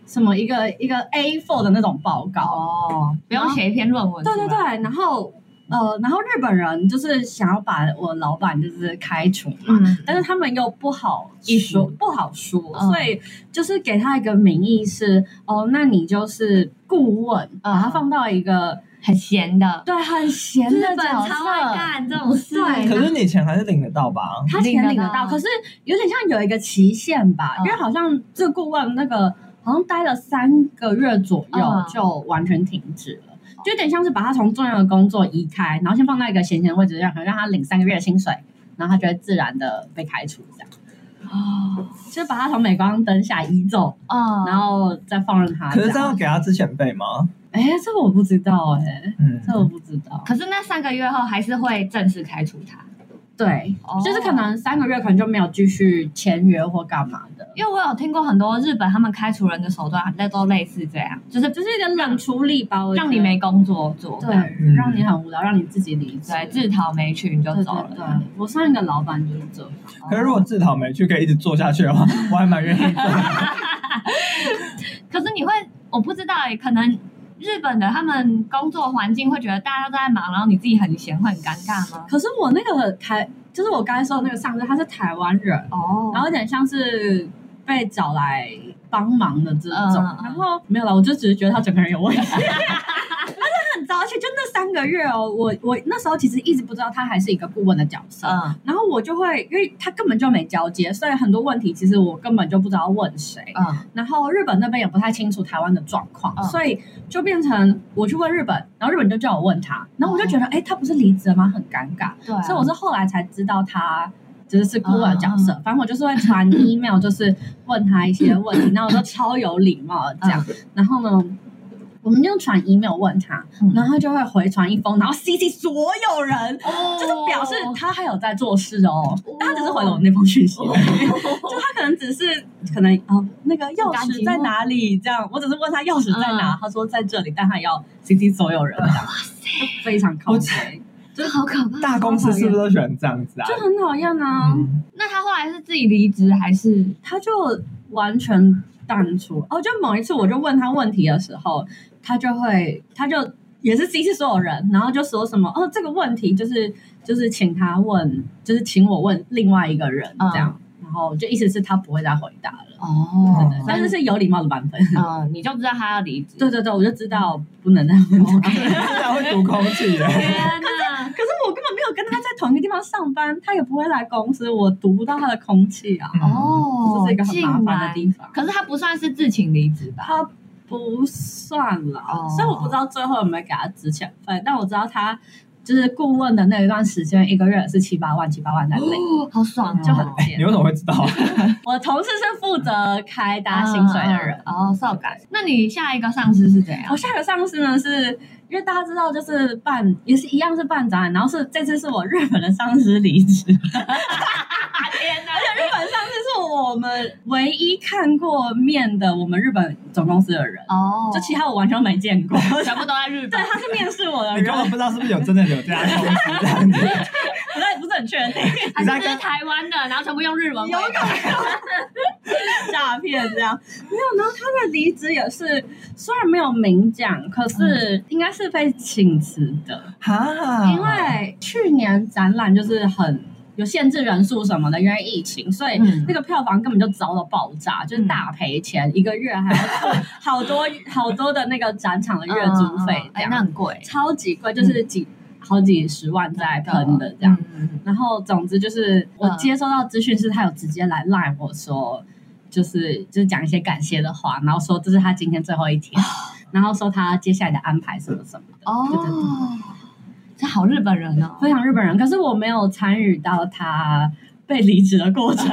Speaker 4: 什么一个一个 A4 的那种报告。
Speaker 3: 哦，不用写一篇论文出
Speaker 4: 对
Speaker 3: 来，
Speaker 4: 对对，然后呃，然后日本人就是想要把我老板就是开除嘛，
Speaker 3: 嗯，
Speaker 4: 但是他们又不好一说，
Speaker 2: 是
Speaker 4: 不好说，
Speaker 3: 嗯
Speaker 4: 所以就是给他一个名义是哦，那你就是顾问，把他放到一个
Speaker 3: 很闲的，
Speaker 4: 对很闲
Speaker 3: 日
Speaker 4: 的
Speaker 3: 本
Speaker 4: 角
Speaker 3: 超爱
Speaker 4: 色。
Speaker 3: 干这种事，
Speaker 4: 对
Speaker 2: 可是你钱还是领得到吧？
Speaker 4: 他钱领得到，
Speaker 3: 领得到
Speaker 4: 可是有点像有一个期限吧，
Speaker 3: 嗯
Speaker 4: 因为好像这顾问那个好像待了三个月左
Speaker 3: 嗯
Speaker 4: 右就完全停止了，就有点像是把他从重要的工作移开，然后先放到一个闲闲的位置，让让他领三个月的薪水，然后他就会自然的被开除，这样
Speaker 3: 哦，
Speaker 4: 就是把他从镁光灯下移走，
Speaker 3: 嗯，
Speaker 4: 然后再放任他。
Speaker 2: 可是这
Speaker 4: 样，
Speaker 2: 样给他之前费吗？
Speaker 4: 哎，这个我不知道，哎，
Speaker 2: 嗯，
Speaker 4: 这我不知道。
Speaker 3: 可是那三个月后还是会正式开除他，
Speaker 4: 对，
Speaker 3: 哦
Speaker 4: 就是可能三个月可能就没有继续签约或干嘛的。
Speaker 3: 因为我有听过很多日本他们开除人的手段，那都类似这样，就是
Speaker 4: 就是一个冷处理吧，我觉得
Speaker 3: 让你没工作做，
Speaker 4: 对，
Speaker 2: 嗯
Speaker 4: 让你很无聊，让你自己离职。
Speaker 3: 对，自讨没趣你就
Speaker 4: 对
Speaker 3: 走了
Speaker 4: 对。对，我上一个老板就是这样。
Speaker 2: 可是如果自讨没趣，可以一直做下去 的话，我还蛮愿意做。
Speaker 3: 可是你会，我不知道欸，可能日本的他们工作环境会觉得大家都在忙，然后你自己很闲会很尴尬吗？
Speaker 4: 可是我那个台，就是我刚才说的那个上司，他是台湾人，
Speaker 3: 哦
Speaker 4: 然后有点像是被找来帮忙的这种。
Speaker 3: 嗯嗯嗯
Speaker 4: 然后没有了，我就只是觉得他整个人有问题。但是很糟，而且就那三个月哦，我我那时候其实一直不知道他还是一个顾问的角色。
Speaker 3: 嗯
Speaker 4: 然后我就会，因为他根本就没交接，所以很多问题其实我根本就不知道问谁。
Speaker 3: 嗯，
Speaker 4: 然后日本那边也不太清楚台湾的状况，
Speaker 3: 嗯
Speaker 4: 所以就变成我去问日本，然后日本就叫我问他，然后我就觉得，哎、他不是离职了吗？很尴尬，
Speaker 3: 嗯对啊，
Speaker 4: 所以我是后来才知道他。就是是顾问的角色，
Speaker 3: 嗯
Speaker 4: 反正我就是会 传 email，就是问他一些问题，然后我都超有礼貌的这样。然后呢，我们就传 email 问他，
Speaker 3: 嗯
Speaker 4: 然后他就会回传一封，然后 CC 所有人，
Speaker 3: 哦
Speaker 4: 就是表示他还有在做事哦
Speaker 3: 哦，
Speaker 4: 但他只是回了我那封讯 息，就他可能只是可能哦，那个钥匙在哪里？这样，我只是问他钥匙在哪，他说在这里，但他也要 CC 所有人，这样，就非常靠
Speaker 2: 我
Speaker 4: 背，
Speaker 3: 这好可怕。
Speaker 2: 大公司是不是都喜欢这样子啊？
Speaker 4: 就很讨厌啊。
Speaker 2: 嗯，
Speaker 3: 那他后来是自己离职还是？
Speaker 4: 他就完全淡出。哦，就某一次我就问他问题的时候，他就会，他就也是 CC 所有人，然后就说什么哦，这个问题就是就是请他问，就是请我问另外一个人
Speaker 3: 嗯
Speaker 4: 这样，然后就意思是他不会再回答了，
Speaker 3: 哦
Speaker 4: 对但是呃是有礼貌的版 本。
Speaker 3: 嗯，你就知道他要离职。
Speaker 4: 对对对，我就知道不能再
Speaker 3: 哦
Speaker 4: 问他。
Speaker 2: 这样会读空气的。
Speaker 3: 天哪！
Speaker 4: 可是我根本没有跟他在同一个地方上班，他也不会来公司，我读不到他的空气啊，
Speaker 3: 哦，
Speaker 4: 这是一个
Speaker 3: 竟
Speaker 4: 很麻烦的
Speaker 3: 然
Speaker 4: 地方。
Speaker 3: 可是他不算是自请离职吧？
Speaker 4: 他不算了，
Speaker 3: 哦
Speaker 4: 所以我不知道最后有没有给他支遣费，但我知道他就是顾问的那一段时间，一个月是七八万，七八万在领，
Speaker 3: 哦，好爽哦，
Speaker 4: 就很
Speaker 2: 你
Speaker 4: 贱。
Speaker 2: 为什么会知道 啊？
Speaker 4: 我同事是负责开大
Speaker 3: 啊
Speaker 4: 家薪水的人。
Speaker 3: 哦，受感。那你下一个上司是怎样
Speaker 4: 我？下个上司呢是。因为大家知道，就是办也是一样是办展览，然后是这次是我日本的上司离 职，
Speaker 3: 天哪！
Speaker 4: 日本上司是我们唯一看过面的我们日本总公司的人，
Speaker 3: 哦，
Speaker 4: 就其他我完全没见过，
Speaker 3: 全部都在日
Speaker 4: 对
Speaker 3: 本。
Speaker 4: 他是面试我的
Speaker 2: 你
Speaker 4: 人
Speaker 2: 根，本不知道是不是有真的有这家公司这样子。
Speaker 4: 不太不是很确定，
Speaker 3: 还
Speaker 2: 你在
Speaker 3: 啊是这
Speaker 2: 跟
Speaker 3: 是台湾的，然后全部用日文回
Speaker 4: 有
Speaker 3: 答。
Speaker 4: 可能诈骗这样。没有，然后他的离职也是，虽然没有明讲，可是
Speaker 3: 嗯
Speaker 4: 应该是被请辞的，
Speaker 2: 哈，
Speaker 4: 因为去年展览就是很。有限制人数什么的，因为疫情，所以
Speaker 3: 嗯
Speaker 4: 那个票房根本就糟到爆炸，就是大赔钱，一个月还要付好多 好多的那个展场的月租费
Speaker 3: 嗯嗯嗯，
Speaker 4: 这
Speaker 3: 哎，
Speaker 4: 样、
Speaker 3: 那很贵，
Speaker 4: 超级贵，就是几、好几十万在喷的这样。
Speaker 3: 嗯。
Speaker 4: 然后总之就是我
Speaker 3: 嗯
Speaker 4: 接收到资讯是他有直接来 line 我说，就是就是讲一些感谢的话，然后说这是他今天最后一天，然后说他接下来的安排什么什么的，对对对，
Speaker 3: 哦哦，这好日本人哦。
Speaker 4: 非常日本人。可是我没有参与到他被离职的 过程，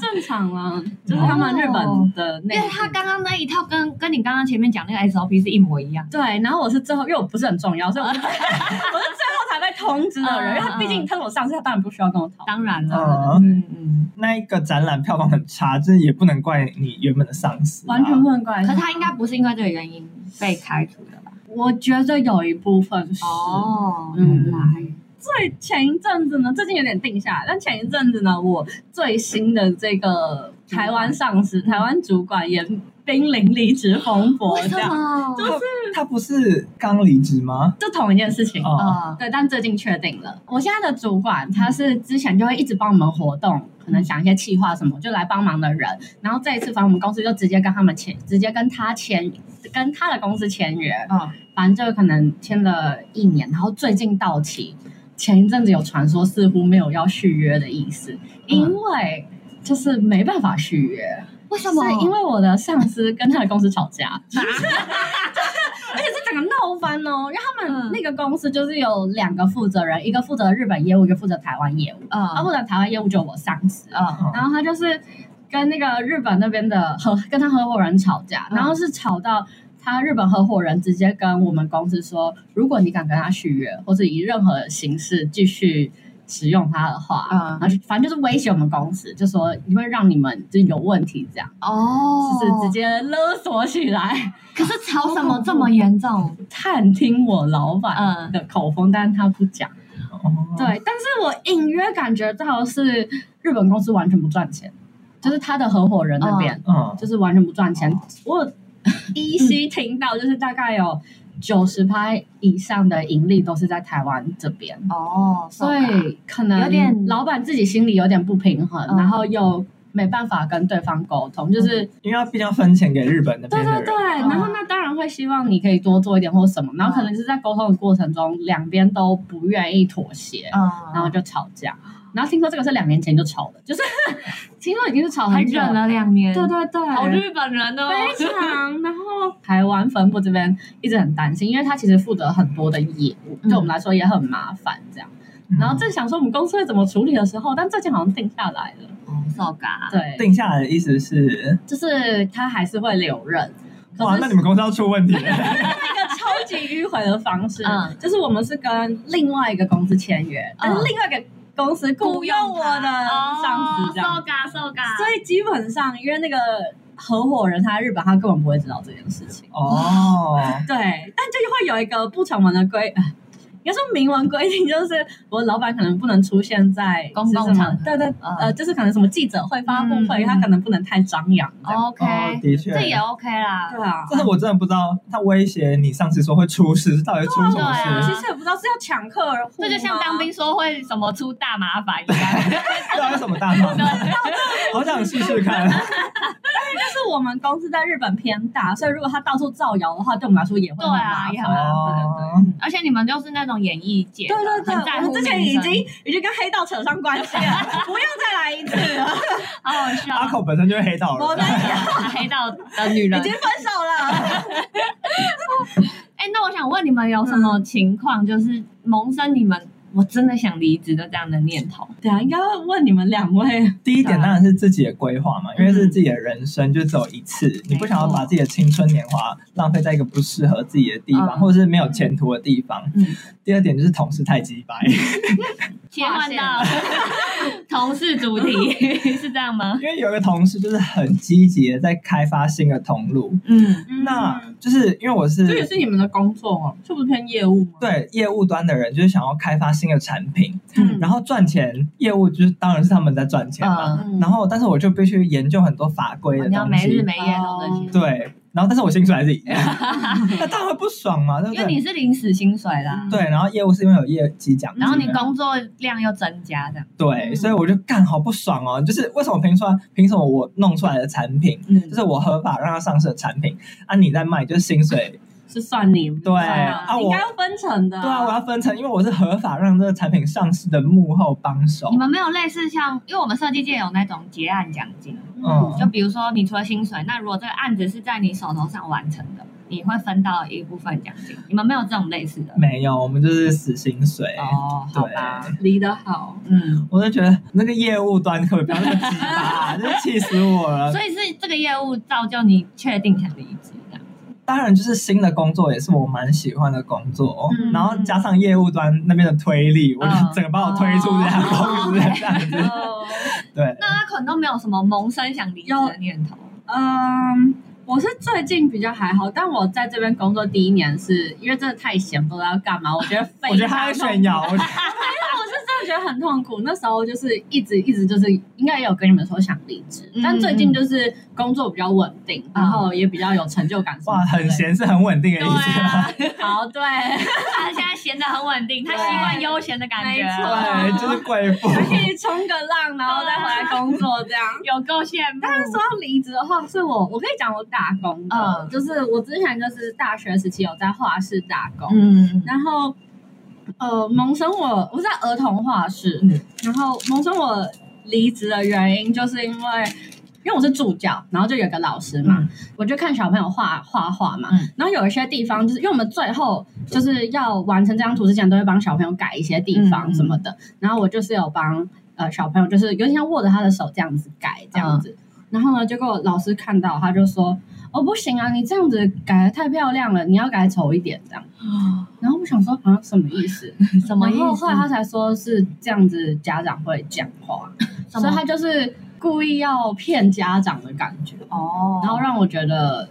Speaker 4: 正常啊，就是他们日本的那
Speaker 3: 因为他刚刚那一套跟跟你刚刚前面讲那个 SOP 是一模一样。
Speaker 4: 对，然后我是最后，因为我不是很重要，所以
Speaker 3: 哦
Speaker 4: 我是我是最后才被通知的
Speaker 3: 嗯
Speaker 4: 人，因为他毕竟他是我上司，他当然不需要跟我讨论。
Speaker 3: 当然了，
Speaker 2: 嗯
Speaker 3: 嗯嗯。
Speaker 2: 那一个展览票房很差，这也不能怪你原本的上司啊、
Speaker 4: 完全不能怪
Speaker 3: 可是
Speaker 4: 他，
Speaker 3: 他应该不是因为这个原因被开除的吧？
Speaker 4: 我觉得有一部分是，
Speaker 3: 哦
Speaker 4: 嗯
Speaker 3: 原来
Speaker 4: 最前一阵子呢，最近有点定下来，但前一阵子呢，我最新的这个台湾上司、台湾主管也濒临离职风波，
Speaker 3: 嗯为
Speaker 4: 这
Speaker 3: 什
Speaker 4: 样
Speaker 3: 么？
Speaker 2: 他不是刚离职吗？
Speaker 4: 就同一件事情。
Speaker 2: 哦，
Speaker 3: 啊，
Speaker 4: 对，但最近确定了。我现在的主管他是之前就会一直帮我们活动，
Speaker 3: 嗯
Speaker 4: 可能想一些企划什么，就来帮忙的人。然后这一次，反正我们公司就直接跟他们签，直接跟他签，跟他的公司签约。
Speaker 3: 嗯，
Speaker 4: 反正就可能签了一年，然后最近到期。前一阵子有传说似乎没有要续约的意
Speaker 3: 嗯
Speaker 4: 思，因为就是没办法续约，
Speaker 3: 为什么？
Speaker 4: 是因为我的上司跟他的公司吵 架，就是而且是整个闹翻哦。因为他们
Speaker 3: 嗯
Speaker 4: 那个公司就是有两个负责人，一个负责日本业务，一个负责台湾业务。
Speaker 3: 嗯
Speaker 4: 他负责啊台湾业务就是我上司，
Speaker 3: 嗯
Speaker 4: 然后他就是跟那个日本那边的合跟他合伙人吵架，
Speaker 3: 嗯
Speaker 4: 然后是吵到他日本合伙人直接跟我们公司说，如果你敢跟他续约，或是以任何形式继续。使用他的话，
Speaker 3: 嗯
Speaker 4: 然后就反正就是威胁我们公司，就说因为让你们就有问题，这样、
Speaker 3: 哦，
Speaker 4: 就是直接勒索起来，
Speaker 3: 可是吵什么这么严重？
Speaker 4: 探听我老板
Speaker 3: 嗯，
Speaker 4: 的口风，但是他不讲。
Speaker 2: 哦，
Speaker 4: 对，但是我隐约感觉到是日本公司完全不赚钱，就是他的合伙人那边、
Speaker 2: 嗯，
Speaker 4: 就是完全不赚钱。我有嗯依稀听到，就是大概有九十趴以上的盈利都是在台湾这边，
Speaker 3: 哦，
Speaker 4: 所以可能
Speaker 3: 有点
Speaker 4: 老板自己心里有点不平衡，
Speaker 3: 嗯
Speaker 4: 然后又没办法跟对方沟通，就是
Speaker 2: 因为要毕竟要分钱给日本那
Speaker 4: 对
Speaker 2: 边的人，
Speaker 4: 对对，然后那当然会希望你可以多做一点或什么，然后可能就是在沟通的过程中，两边都不愿意妥协，
Speaker 3: 嗯，
Speaker 4: 然后就吵架。然后听说这个是两年前就吵的，就是 听说已经是吵
Speaker 3: 还
Speaker 4: 很久
Speaker 3: 忍，了两年，
Speaker 4: 对对对，
Speaker 3: 好日本人哦，
Speaker 4: 非常。然后台湾分部这边一直很担心，因为他其实负责很多的业务，
Speaker 3: 嗯
Speaker 4: 对我们来说也很麻烦这样。
Speaker 2: 嗯
Speaker 4: 然后正想说我们公司会怎么处理的时候，但最近好像定下来了，
Speaker 3: 受嘎，
Speaker 4: 对，
Speaker 2: 定下来的意思是，
Speaker 4: 就是他还是会留任。可
Speaker 2: 哇，
Speaker 4: 是
Speaker 2: 那你们公司要出问题了，
Speaker 4: 超级迂回的方式，
Speaker 3: 嗯
Speaker 4: 就是我们是跟另外一个公司签约，但是另外一个公司雇佣我的上司这样，
Speaker 3: 受嘎受嘎，
Speaker 4: 所以基本上因为那个合伙人他在日本，他根本不会知道这件事情。
Speaker 2: 哦，
Speaker 4: 对，但就会有一个不成文的规， 呃应该说明文规定，就是我老板可能不能出现在
Speaker 3: 公共
Speaker 4: 就是什么
Speaker 3: 场合
Speaker 4: 对对，
Speaker 3: 嗯
Speaker 4: 呃，就是可能什么记者会、发布会，
Speaker 3: 嗯
Speaker 4: 他可能不能太张扬。这样
Speaker 3: OK，
Speaker 2: 哦的确
Speaker 3: 这也 OK 啦，
Speaker 4: 对啊，
Speaker 2: 但是我真的不知道他威胁你上次说会出事，是到底出什
Speaker 3: 对
Speaker 2: 么
Speaker 3: 啊
Speaker 2: 事？
Speaker 4: 其实也不知道是要抢客户，
Speaker 3: 这就像当。兵说会什么出大麻烦一样，
Speaker 2: 到底什么大 麻烦？好想试试看。
Speaker 4: 就是我们公司在日本偏大，所以如果他到处造谣的话，对我们来说也会很
Speaker 3: 对啊
Speaker 4: 麻
Speaker 3: 也
Speaker 4: 烦。
Speaker 3: 很
Speaker 2: 哦，
Speaker 3: 而且你们就是那种演艺界的，
Speaker 4: 对对对
Speaker 3: 很在
Speaker 4: 对，
Speaker 3: 乎
Speaker 4: 我之前
Speaker 3: 名
Speaker 4: 已
Speaker 3: 声
Speaker 4: 经已经跟黑道扯上关系了， 不要再来一次了，
Speaker 3: 好好笑，
Speaker 2: 阿口本身就是黑道
Speaker 4: 我
Speaker 2: 人，
Speaker 3: 哦啊黑道的女人
Speaker 4: 啊已经。分手了。
Speaker 3: 哎、那我想问你们有什
Speaker 4: 嗯
Speaker 3: 么情况，就是萌生你们我真的想离职的这样的念头？
Speaker 4: 对啊，应该会问你们两位。
Speaker 2: 第一点当然是自己的规划嘛，
Speaker 3: 嗯
Speaker 2: 因为是自己的人生，就只有一次，你不想要把自己的青春年华浪费在一个不适合自己的地方，
Speaker 3: 嗯
Speaker 2: 或者是没有前途的地方。
Speaker 3: 嗯
Speaker 2: 第二点就是同事太鸡掰，
Speaker 3: 切换到 同事主题 是这样吗？
Speaker 2: 因为有一个同事就是很积极的在开发新的通路，
Speaker 3: 嗯，
Speaker 2: 那就是因为我是
Speaker 4: 这也是你们的工作哦，这不是偏业务吗？
Speaker 2: 对业务端的人，就是想要开发新的产品，
Speaker 4: 嗯
Speaker 2: 然后赚钱，业务就是当然是他们在赚钱嘛。
Speaker 3: 嗯哦
Speaker 4: 嗯
Speaker 2: 然后，但是我就必须研究很多法规的
Speaker 3: 你要
Speaker 2: 东
Speaker 3: 没日
Speaker 2: 西，
Speaker 3: 没夜弄这些，
Speaker 2: 对。然后，但是我薪水还是一 样，那当然会不爽嘛，对不
Speaker 3: 因为你
Speaker 2: 对？
Speaker 3: 是领死薪水啦，
Speaker 4: 嗯
Speaker 2: 对，然后业务是因为有业绩奖金的，
Speaker 3: 然后你工作量又增加，这样，
Speaker 2: 对，
Speaker 4: 嗯
Speaker 2: 所以我就干好不爽哦。就是为什么凭出来，凭什么我弄出来的产品，
Speaker 3: 嗯
Speaker 2: 就，是我合法让它上市的产品，啊，你在卖就是薪水，
Speaker 4: 是算你们
Speaker 2: 对
Speaker 3: 啊
Speaker 2: 啊，
Speaker 4: 应
Speaker 2: 我
Speaker 4: 该要分成的。
Speaker 2: 对啊，我要分成，因为我是合法让这个产品上市的幕后帮手
Speaker 3: 你。们没有类似像，因为我们设计界有那种结案奖金，
Speaker 2: 嗯
Speaker 3: 就比如说你除了薪水，那如果这个案子是在你手头上完成的，你会分到一部分奖金。你们没有这种类似的？
Speaker 2: 没有，我们就是死薪水。
Speaker 3: 哦，好
Speaker 2: 对
Speaker 3: 吧，
Speaker 4: 离得好，
Speaker 3: 嗯，
Speaker 2: 我就觉得那个业务端可不可以不要那么鸡巴、 啊，真是气死我了。
Speaker 3: 所以是这个业务造就你确定想离职这样。
Speaker 2: 当然，就是新的工作也是我蛮喜欢的工作，
Speaker 4: 嗯
Speaker 2: 然后加上业务端那边的推力，我就
Speaker 3: 嗯
Speaker 2: 整个把我推出这家
Speaker 3: 哦
Speaker 2: 公司 这样子。对，
Speaker 3: 那他可能都没有什么萌生想离职的念头。
Speaker 4: 嗯。我是最近比较还好，但我在这边工作第一年是因为真的太闲，不知道要干嘛。我觉得非常
Speaker 2: 我觉得他在炫耀，我觉得
Speaker 4: 我是真的觉得很痛苦。那时候就是一直一直就是，应该也有跟你们说想离职，
Speaker 3: 嗯
Speaker 4: 但最近就是工作比较稳定，然后也比较有成就感。
Speaker 2: 哇，很
Speaker 4: 闲。
Speaker 2: 闲是很稳定
Speaker 4: 哦
Speaker 2: 的意
Speaker 4: 哎
Speaker 2: 思吗。
Speaker 3: 啊，
Speaker 4: 好，对，
Speaker 3: 他现在闲得很稳定，他
Speaker 4: 对
Speaker 3: 习惯悠闲的感觉
Speaker 4: 没，错
Speaker 3: 啊
Speaker 2: 对，就是贵 妇。
Speaker 4: 还可以冲个浪，然后再回来工作这样。
Speaker 3: 有够羡慕。
Speaker 4: 但是说到离职的话，是我我可以讲我打工的，
Speaker 3: 嗯
Speaker 4: 就是我之前就是大学时期有在画室打工，
Speaker 3: 嗯，
Speaker 4: 然后呃萌生我我是在儿童画室，
Speaker 2: 嗯
Speaker 4: 然后萌生我离职的原因就是因为。因为我是助教，然后就有个老师嘛，
Speaker 3: 嗯
Speaker 4: 我就看小朋友画画画嘛，
Speaker 3: 嗯
Speaker 4: 然后有一些地方就是因为我们最后就是要完成这张图之前，都会帮小朋友改一些地
Speaker 3: 嗯
Speaker 4: 方什么的，然后我就是有帮呃小朋友，就是有点像握着他的手这样子改这样
Speaker 3: 嗯
Speaker 4: 子，然后呢，结果老师看到他就说：“哦，不行啊，你这样子改的太漂亮了，你要改丑一点这样。”然后我想说啊，什么意思？
Speaker 3: 哦 什么意
Speaker 4: 然后
Speaker 3: 思
Speaker 4: 后来？他才说是这样子，家长会讲话，
Speaker 3: 什
Speaker 4: 所
Speaker 3: 么
Speaker 4: 以他就是故意要骗家长的感觉，
Speaker 3: 哦，
Speaker 4: 然后让我觉得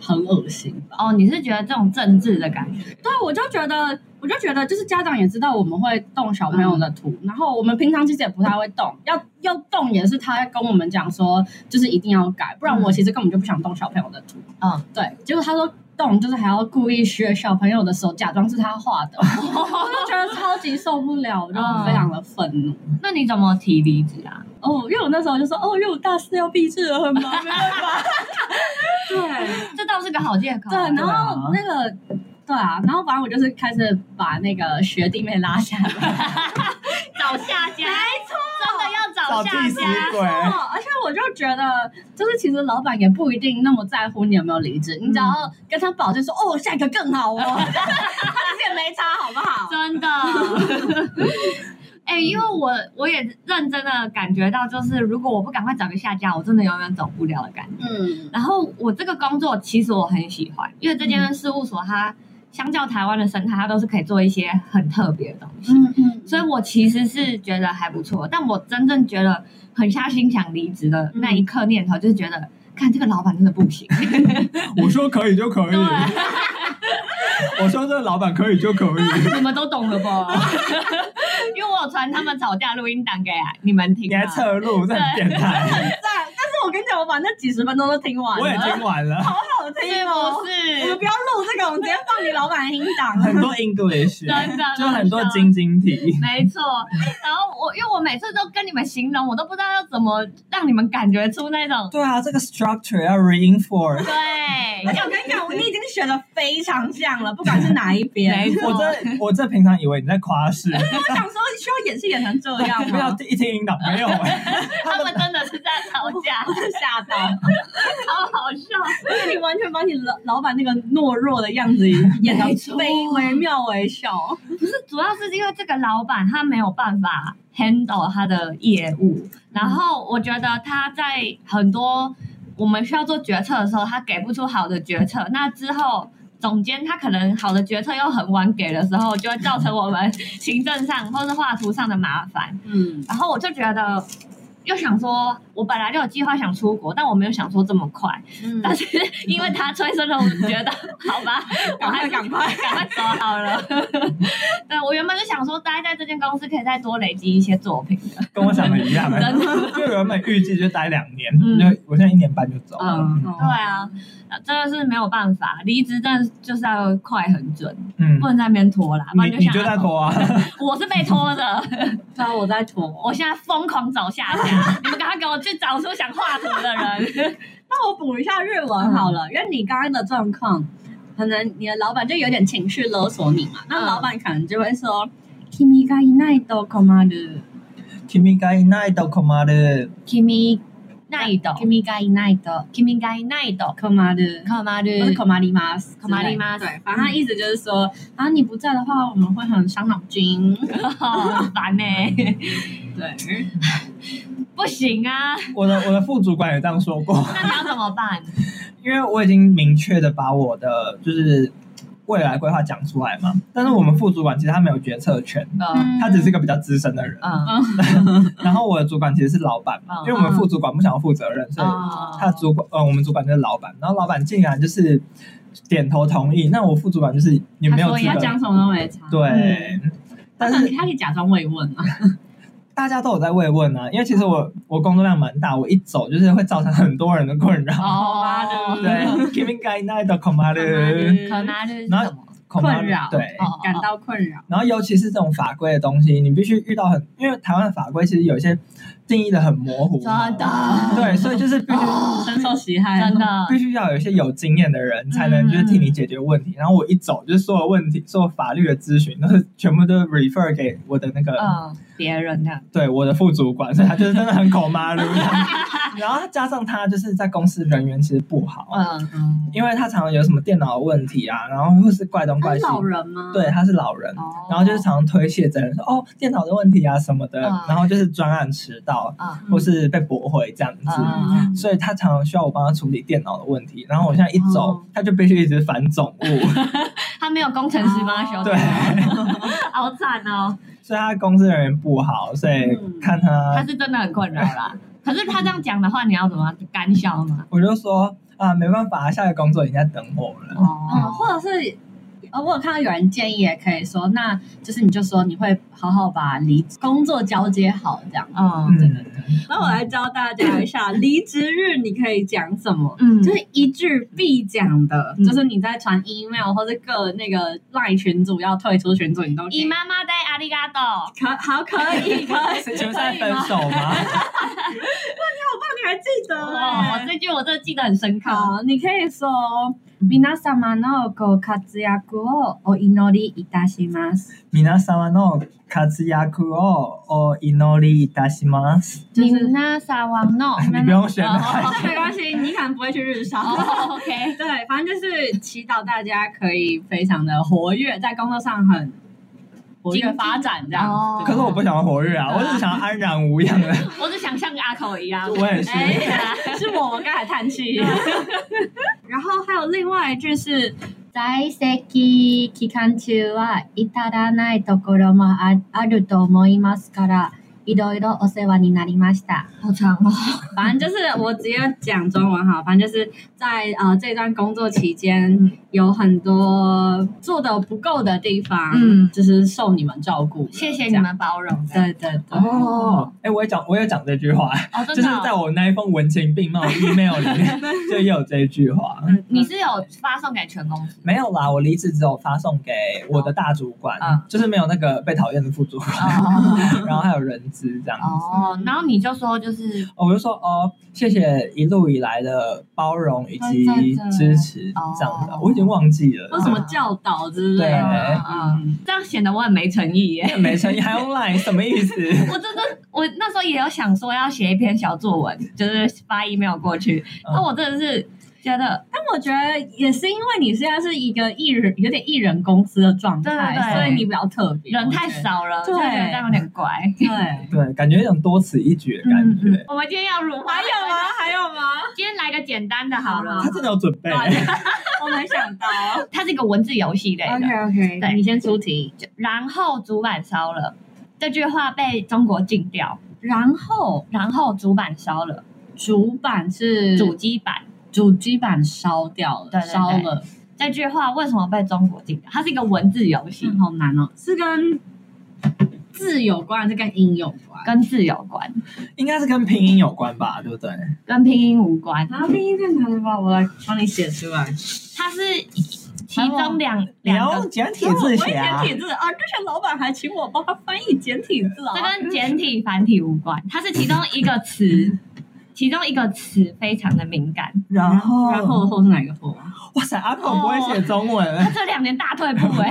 Speaker 4: 很恶心吧。
Speaker 3: 哦，你是觉得这种政治的感觉？
Speaker 4: 啊对，我就觉得我就觉得，就是家长也知道我们会动小朋友的图，
Speaker 2: 嗯
Speaker 4: 然后我们平常其实也不太会动，要要动也是他跟我们讲说，就是一定要改，不然
Speaker 2: 嗯
Speaker 4: 我其实根本就不想动小朋友的图。
Speaker 3: 嗯，
Speaker 4: 对，结果他说动就是还要故意学小朋友的手，假装是他画 的，我就觉得超级受不了，我就非常的愤怒。
Speaker 2: 嗯
Speaker 3: 那你怎么提离职啊？
Speaker 4: 哦，因为我那时候就说，哦，因为我大四要毕制了，很 忙，没办法。对。
Speaker 3: 这倒是个好借口。
Speaker 4: 对，然
Speaker 2: 对啊
Speaker 4: 后那个对啊，然后反正我就是开始把那个学弟妹拉下来，
Speaker 3: 找下家，没错，真的要
Speaker 2: 找
Speaker 3: 找下
Speaker 2: 替死
Speaker 3: 家。
Speaker 2: 鬼，
Speaker 4: 哦，而且我就觉得，就是其实老板也不一定那么在乎你有没有离职，你只要跟他保证说，哦，下一个更好哦，他其实也没差，好不好？
Speaker 3: 真的。
Speaker 4: 呃
Speaker 3: 哎、因为我我也认真的感觉到，就是如果我不赶快找个下家，我真的永远走不了的感觉。
Speaker 4: 嗯，
Speaker 3: 然后我这个工作其实我很喜欢，因为这
Speaker 4: 嗯
Speaker 3: 间事务所它相较台湾的生态，它都是可以做一些很特别的东西。
Speaker 4: 嗯嗯，
Speaker 3: 所以我其实是觉得还不错，但我真正觉得狠下心想离职的那
Speaker 4: 嗯
Speaker 3: 一刻念头，就是觉得，看这个老板真的不 行。
Speaker 2: 我说可以就可以，
Speaker 3: 对，
Speaker 2: 我说这个老板可以就可以，
Speaker 3: 你们都懂了吧？ 因为我有传他们吵架录音档给你们听啊
Speaker 2: 你
Speaker 3: 嘛。
Speaker 2: 还侧录，这很变 态。
Speaker 4: 但但 是我跟你讲，我把那几十分钟都听完了，
Speaker 2: 我也听完 了，
Speaker 4: 好
Speaker 3: 是
Speaker 4: 听
Speaker 3: 不
Speaker 4: 哦。我们
Speaker 3: 是？
Speaker 4: 不要录这个，我们直接放你老板的音档。
Speaker 2: 很多 English，
Speaker 3: 真的
Speaker 2: 就很多晶晶体。
Speaker 3: 没错，然后我因为我每次都跟你们形容，我都不知道要怎么让你们感觉出那种
Speaker 2: 对啊，这个 structure 要 reinforce。
Speaker 3: 对，
Speaker 4: 而且
Speaker 3: 要
Speaker 4: 我跟你讲，你已经选的非常像了，不管是哪一边。
Speaker 3: 没错
Speaker 2: 我这我这平常以为你在夸 饰，
Speaker 4: 我想说，需要演戏演成这 样
Speaker 2: 不要
Speaker 4: 吗？
Speaker 2: 一听音档没有，欸
Speaker 3: 他们真的是在吵架，
Speaker 4: 吓到，
Speaker 3: 超好笑。
Speaker 4: 因为你完全把你老老板那个懦弱的样子演到
Speaker 3: 没错
Speaker 4: 惟惟妙惟肖。
Speaker 3: 主要是因为这个老板他没有办法 handle 他的业务，然后我觉得他在很多我们需要做决策的时候，他给不出好的决策，那之后。总监他可能好的决策又很晚给的时候，就会造成我们 行政上或是画图上的麻烦。
Speaker 4: 嗯
Speaker 3: 然后我就觉得，又想说，我本来就有计划想出国，但我没有想说这么 快。
Speaker 4: 嗯
Speaker 3: 但是因为他催生了，我觉得好吧，我还是
Speaker 4: 赶快赶快
Speaker 3: 赶快走好 了。对我原本就想说，待在这间公司可以再多累积一些作品的，
Speaker 2: 跟我想的一样。欸
Speaker 3: 真的。
Speaker 2: 就原本预计就待两年，
Speaker 3: 嗯
Speaker 2: 就我现在一年半就走了。
Speaker 3: 嗯，对
Speaker 4: 对
Speaker 3: 啊，呃真的是没有办法，离职但就是要快很准，
Speaker 2: 嗯
Speaker 3: 不，能在那边拖啦，不然
Speaker 2: 你你
Speaker 3: 像
Speaker 2: 就在拖啊，
Speaker 3: 我是被拖的，
Speaker 4: 对 啊，我在拖。
Speaker 3: 我现在疯狂找下家，你们赶快给我去找出想画图的人。
Speaker 4: 那我补一下日文好
Speaker 3: 嗯
Speaker 4: 了，因为你刚刚的状况，可能你的老板就有点情绪勒索你嘛，那
Speaker 3: 嗯
Speaker 4: 老板可能就会说。君がいないと困る。
Speaker 2: 君がいないと困る。
Speaker 3: Kimi 奈斗
Speaker 4: 君がいないと
Speaker 3: ，Kimi 该奈斗，
Speaker 4: 困る。
Speaker 3: 卡马
Speaker 4: 不是
Speaker 3: 鲁，
Speaker 4: 口麻里吗？
Speaker 3: 口麻里吗
Speaker 4: 对，嗯反正他意思就是说，啊，你不在的话，我们会很伤脑筋。
Speaker 3: 很烦欸呢，
Speaker 4: 对，
Speaker 3: 不行啊，
Speaker 2: 我的我的副主管也这样说过，
Speaker 3: 那你要怎么办？
Speaker 2: 因为我已经明确的把我的就是未来规划讲出来嘛。但是我们副主管其实他没有决策权，
Speaker 3: 嗯
Speaker 2: 他只是一个比较资深的人。
Speaker 3: 嗯。
Speaker 2: 然后我的主管其实是老板嘛
Speaker 3: 嗯，
Speaker 2: 因为我们副主管不想要负责任，所以
Speaker 3: 哦
Speaker 2: 他的主管呃我们主管就是老板。然后老板竟然就是点头同意，那我副主管就是你没
Speaker 4: 他
Speaker 2: 有
Speaker 4: 说
Speaker 2: 资
Speaker 4: 要
Speaker 2: 格。
Speaker 4: 讲什么都没差。，
Speaker 2: 对，
Speaker 4: 他
Speaker 2: 但
Speaker 4: 可
Speaker 2: 是
Speaker 4: 能他可以假装慰问啊。
Speaker 2: 大家都有在慰问啊，因为其实我我工作量蛮大，我一走就是会造成很多人的困扰。
Speaker 3: 哦，
Speaker 2: 对 k i m i n g a i n a i d o k o m a r u
Speaker 4: 嗯
Speaker 3: 可拿就是什么？
Speaker 4: 困扰
Speaker 2: 啊对。
Speaker 3: 哦
Speaker 4: 感到困扰。
Speaker 2: 然后，尤其是这种法规的东西，你必须遇到很，因为台湾的法规其实有些定义的很模糊嘛，
Speaker 3: 真的
Speaker 2: 对，所以就是必须、
Speaker 4: 深受其害，
Speaker 3: 真。的
Speaker 2: 必须要有一些有经验的人才能就是替你解决问
Speaker 3: 嗯
Speaker 2: 题。然后我一走，就是所有问题、所有法律的咨询都是全部都 refer 给我的那个、
Speaker 3: 嗯，别人的
Speaker 2: 对我的副主管，所以他就是真的很口妈 路。然后加上他就是在公司人缘其实不好，
Speaker 3: 嗯
Speaker 2: 因为他常常有什么电脑的问题啊，然后或是怪东
Speaker 4: 他
Speaker 2: 怪
Speaker 4: 是
Speaker 2: 西，
Speaker 4: 老人吗？
Speaker 2: 对，，他是老人。
Speaker 3: 哦
Speaker 2: 然后就是常常推卸责任，说哦电脑的问题啊什么的，
Speaker 3: 嗯
Speaker 2: 然后就是专案迟到
Speaker 3: 嗯
Speaker 2: 或是被驳回这样子，
Speaker 3: 嗯
Speaker 2: 所以他常常需要我帮他处理电脑的问题。然后我现在一走，
Speaker 4: 哦
Speaker 2: 他就必须一直反总务，
Speaker 3: 他没有工程师帮他修，
Speaker 2: 对，
Speaker 3: 好惨哦，
Speaker 2: 所以他公司人员不好，所以
Speaker 4: 嗯
Speaker 2: 看他，
Speaker 3: 他是真的很困扰啦。可是他这样讲的话，你要怎么干消吗？
Speaker 2: 我就说啊没办法，下一个工作你在等我了。
Speaker 4: 嗯，
Speaker 3: 哦，
Speaker 4: 或者是呃，我有看到有人建议也可以说，那就是你就说你会好好把离工作交接好这样。
Speaker 3: 嗯
Speaker 2: 嗯，
Speaker 4: 那我来教大家一下，离职日你可以讲什么？
Speaker 3: 嗯，
Speaker 4: 就是一句必讲的，
Speaker 3: 嗯
Speaker 4: 就是你在传 email 或者各那个 line 群组要退出群组，你都可
Speaker 3: 姨
Speaker 4: 以。
Speaker 3: 妈妈带阿里嘎多，
Speaker 4: 可好可以可 以，
Speaker 2: 请问是在分手吗？
Speaker 4: 你还记得欸
Speaker 3: 哇，我这句我真哦的记得很深刻。
Speaker 4: 好，你可以说皆様のご活躍をお祈りいたします。
Speaker 2: 皆様の活躍をお祈りいたします。
Speaker 4: 就是
Speaker 3: 那撒网弄，
Speaker 2: 你不用选了
Speaker 3: 哦
Speaker 4: 没 关系，你可能不会去日烧。
Speaker 3: 哦 OK，
Speaker 4: 对，反正就是祈祷大家可以非常的活跃，在工作上很活跃发展这样。
Speaker 3: 哦
Speaker 2: 可是我不想要活跃啊，我只想要安然无恙的。
Speaker 3: 我只想像个阿口一样。
Speaker 2: 我也是
Speaker 3: 哎呀
Speaker 4: 是我，我刚才叹气。 然后还有另外一句是。在席期間中はいただないところもああると思いますから、いろいろお世話になりました。
Speaker 3: 好长哦。
Speaker 4: 反正就是我直接讲中文哈，反正就是在呃这段工作期间
Speaker 3: 嗯
Speaker 4: 有很多做的不够的地方，
Speaker 3: 嗯
Speaker 4: 就是受你们照顾，
Speaker 3: 谢谢你。们包容。
Speaker 4: 这样对对对，
Speaker 2: 哦，哎，我也讲，我也讲这句话，
Speaker 4: 啊
Speaker 3: 哦，
Speaker 2: 就
Speaker 3: 真
Speaker 2: 是
Speaker 3: 的哦。
Speaker 2: 在我那一封文情并 茂的 email 里面就也有这句话。
Speaker 4: 嗯
Speaker 3: 你是有发送给全公司？
Speaker 2: 没有啦，我离职只有发送给我的大主管
Speaker 3: 嗯，
Speaker 2: 就是没有那个被讨厌的副主管，
Speaker 3: 哦
Speaker 4: 嗯
Speaker 2: 然后还有人资这样子。
Speaker 3: 哦，然后你就说就是
Speaker 2: 哦我就说哦，谢谢一路以来的包容以及
Speaker 4: 真的
Speaker 2: 支持
Speaker 3: 哦，
Speaker 2: 这样的，我已经忘记了。
Speaker 4: 或什么教导之类
Speaker 2: 对
Speaker 4: 的，嗯
Speaker 3: 嗯，这样显得我很没诚意耶。
Speaker 2: 没诚意还 用 line 什么意思？
Speaker 3: 我真的，我那时候也有想说要写一篇小作文，就是发 email 过去。
Speaker 2: 嗯
Speaker 3: 那、我真的是觉得，
Speaker 4: 但我觉得也是因为你现在是一个艺人，有点艺人公司的状态，
Speaker 3: 对对对
Speaker 4: 所以你比较特别，
Speaker 3: 人太少了，
Speaker 4: 对
Speaker 3: 就觉得这样有点怪。
Speaker 4: 我觉得。
Speaker 2: 对，感觉有种多此一举的感
Speaker 4: 嗯
Speaker 2: 觉。
Speaker 3: 我们今天要辱
Speaker 4: 对，
Speaker 3: 华
Speaker 4: 还有吗？？还有吗？
Speaker 3: 今天来个简单的好了
Speaker 4: 好
Speaker 2: 他，真的有准备，
Speaker 4: 哦
Speaker 2: 哎、
Speaker 4: 我没想到。
Speaker 3: 它是一个文字游戏类的。
Speaker 4: OK，
Speaker 3: 对
Speaker 4: 你先出题。
Speaker 3: 然后主板烧了，这句话被中国禁掉。
Speaker 4: 然后
Speaker 3: 然后主板烧了，
Speaker 4: 主板是
Speaker 3: 主机板
Speaker 4: 主机板烧掉
Speaker 3: 对
Speaker 4: 了，
Speaker 3: 对对
Speaker 4: 烧了，
Speaker 3: 这句话为什么被中国禁掉？它是一个文字游戏，
Speaker 4: 嗯好难哦，是跟字有关，还是跟音有关？
Speaker 3: 跟字有关，
Speaker 2: 应该是跟拼音有关吧，对不对？
Speaker 3: 跟拼音无关。
Speaker 4: 然后拼音在哪里吧？我来帮你写出来。
Speaker 3: 它是其中两
Speaker 2: 你
Speaker 3: 两个
Speaker 2: 要用简体字写啊
Speaker 4: 我会，简体字啊！之前老板还请我帮他翻译简体字啊
Speaker 3: 这跟简体、繁体无关，它是其中一个 词，其中一个词非常的敏感。
Speaker 2: 然后
Speaker 4: 然后后是哪个后？啊
Speaker 2: 哇塞，阿孔不会写中文，
Speaker 3: 它 这两年大退步哎、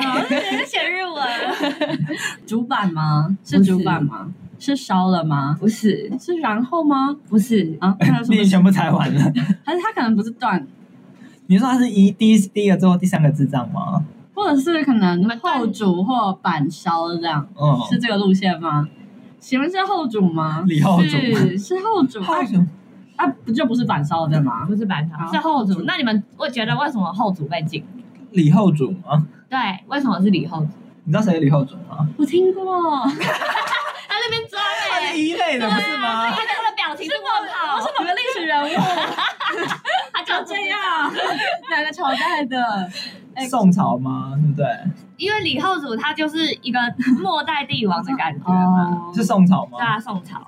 Speaker 4: 是写日文。主板吗？是主板吗？是烧了吗？
Speaker 3: 不是，
Speaker 4: 是然后吗？
Speaker 3: 不是，
Speaker 4: 啊，那有 什
Speaker 2: 你
Speaker 4: 么？
Speaker 2: 全部猜完了。
Speaker 4: 还是他可能不是断，
Speaker 2: 你说它是一第一第一个之后第三个字这样吗？
Speaker 4: 或者是可能
Speaker 2: 啊
Speaker 3: 们断
Speaker 4: 后主或板烧这样，
Speaker 2: 嗯，
Speaker 4: 是这个路线吗？请问是后主吗？
Speaker 2: 李后主，
Speaker 3: 是
Speaker 4: 是后主，
Speaker 2: 后
Speaker 4: 啊
Speaker 2: 主，
Speaker 4: 啊，不 就不是板烧的吗？
Speaker 3: 不是板长，
Speaker 4: 好
Speaker 3: 是后主。那你们会觉得为什么后主被禁？
Speaker 2: 李后主吗？
Speaker 3: 对，为什么是李后主？
Speaker 2: 你知道谁是李后主吗？
Speaker 4: 我听过，
Speaker 3: 他那边装
Speaker 2: 他
Speaker 3: 哎、
Speaker 4: 欸
Speaker 2: 是一类的，不是吗？
Speaker 3: 他的他的表情是问
Speaker 4: 我
Speaker 3: 号
Speaker 4: 是，某个历史人物。
Speaker 3: 他就
Speaker 4: 这， 样，哪个朝代的？哎
Speaker 2: 宋朝吗？对不对？
Speaker 3: 因为李后主他就是一个末代帝王的感觉
Speaker 2: 啊
Speaker 3: 嘛，
Speaker 4: 哦，
Speaker 2: 是宋朝吗
Speaker 3: 对？啊，宋朝，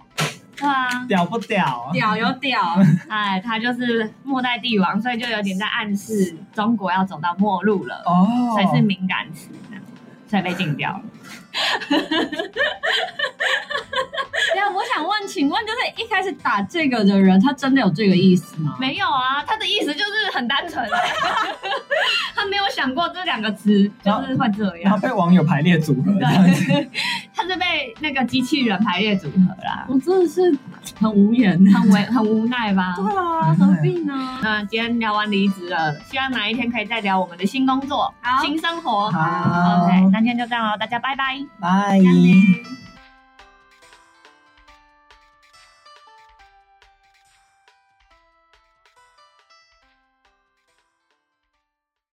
Speaker 3: 对啊，
Speaker 2: 屌不屌？
Speaker 4: 屌有屌，
Speaker 3: 哎，他就是末代帝王，所以就有点在暗示中国要走到末路了，
Speaker 2: 哦，
Speaker 3: 所以是敏感词，所以被禁掉了。
Speaker 4: 那我想问，请问就是一开始打啊这个的人，他真的有这个意思吗？
Speaker 3: 没有啊，他的意思就是很单 纯、他没有想过这两个词就是会这
Speaker 2: 然后
Speaker 3: 样，
Speaker 2: 被网友排列组合这样子。
Speaker 3: 对，他是被那个机器人排列组合啦，
Speaker 4: 我真的是很无言。
Speaker 3: 很为很无奈吧。
Speaker 4: 对啊，何
Speaker 2: 哎
Speaker 4: 必呢？
Speaker 3: 那今天聊完离职了，希望哪一天可以再聊我们的新工作、
Speaker 4: 好
Speaker 3: 新生活。
Speaker 2: 好
Speaker 3: OK，那今天就这样喽，大家拜拜。
Speaker 2: 拜。
Speaker 3: 再见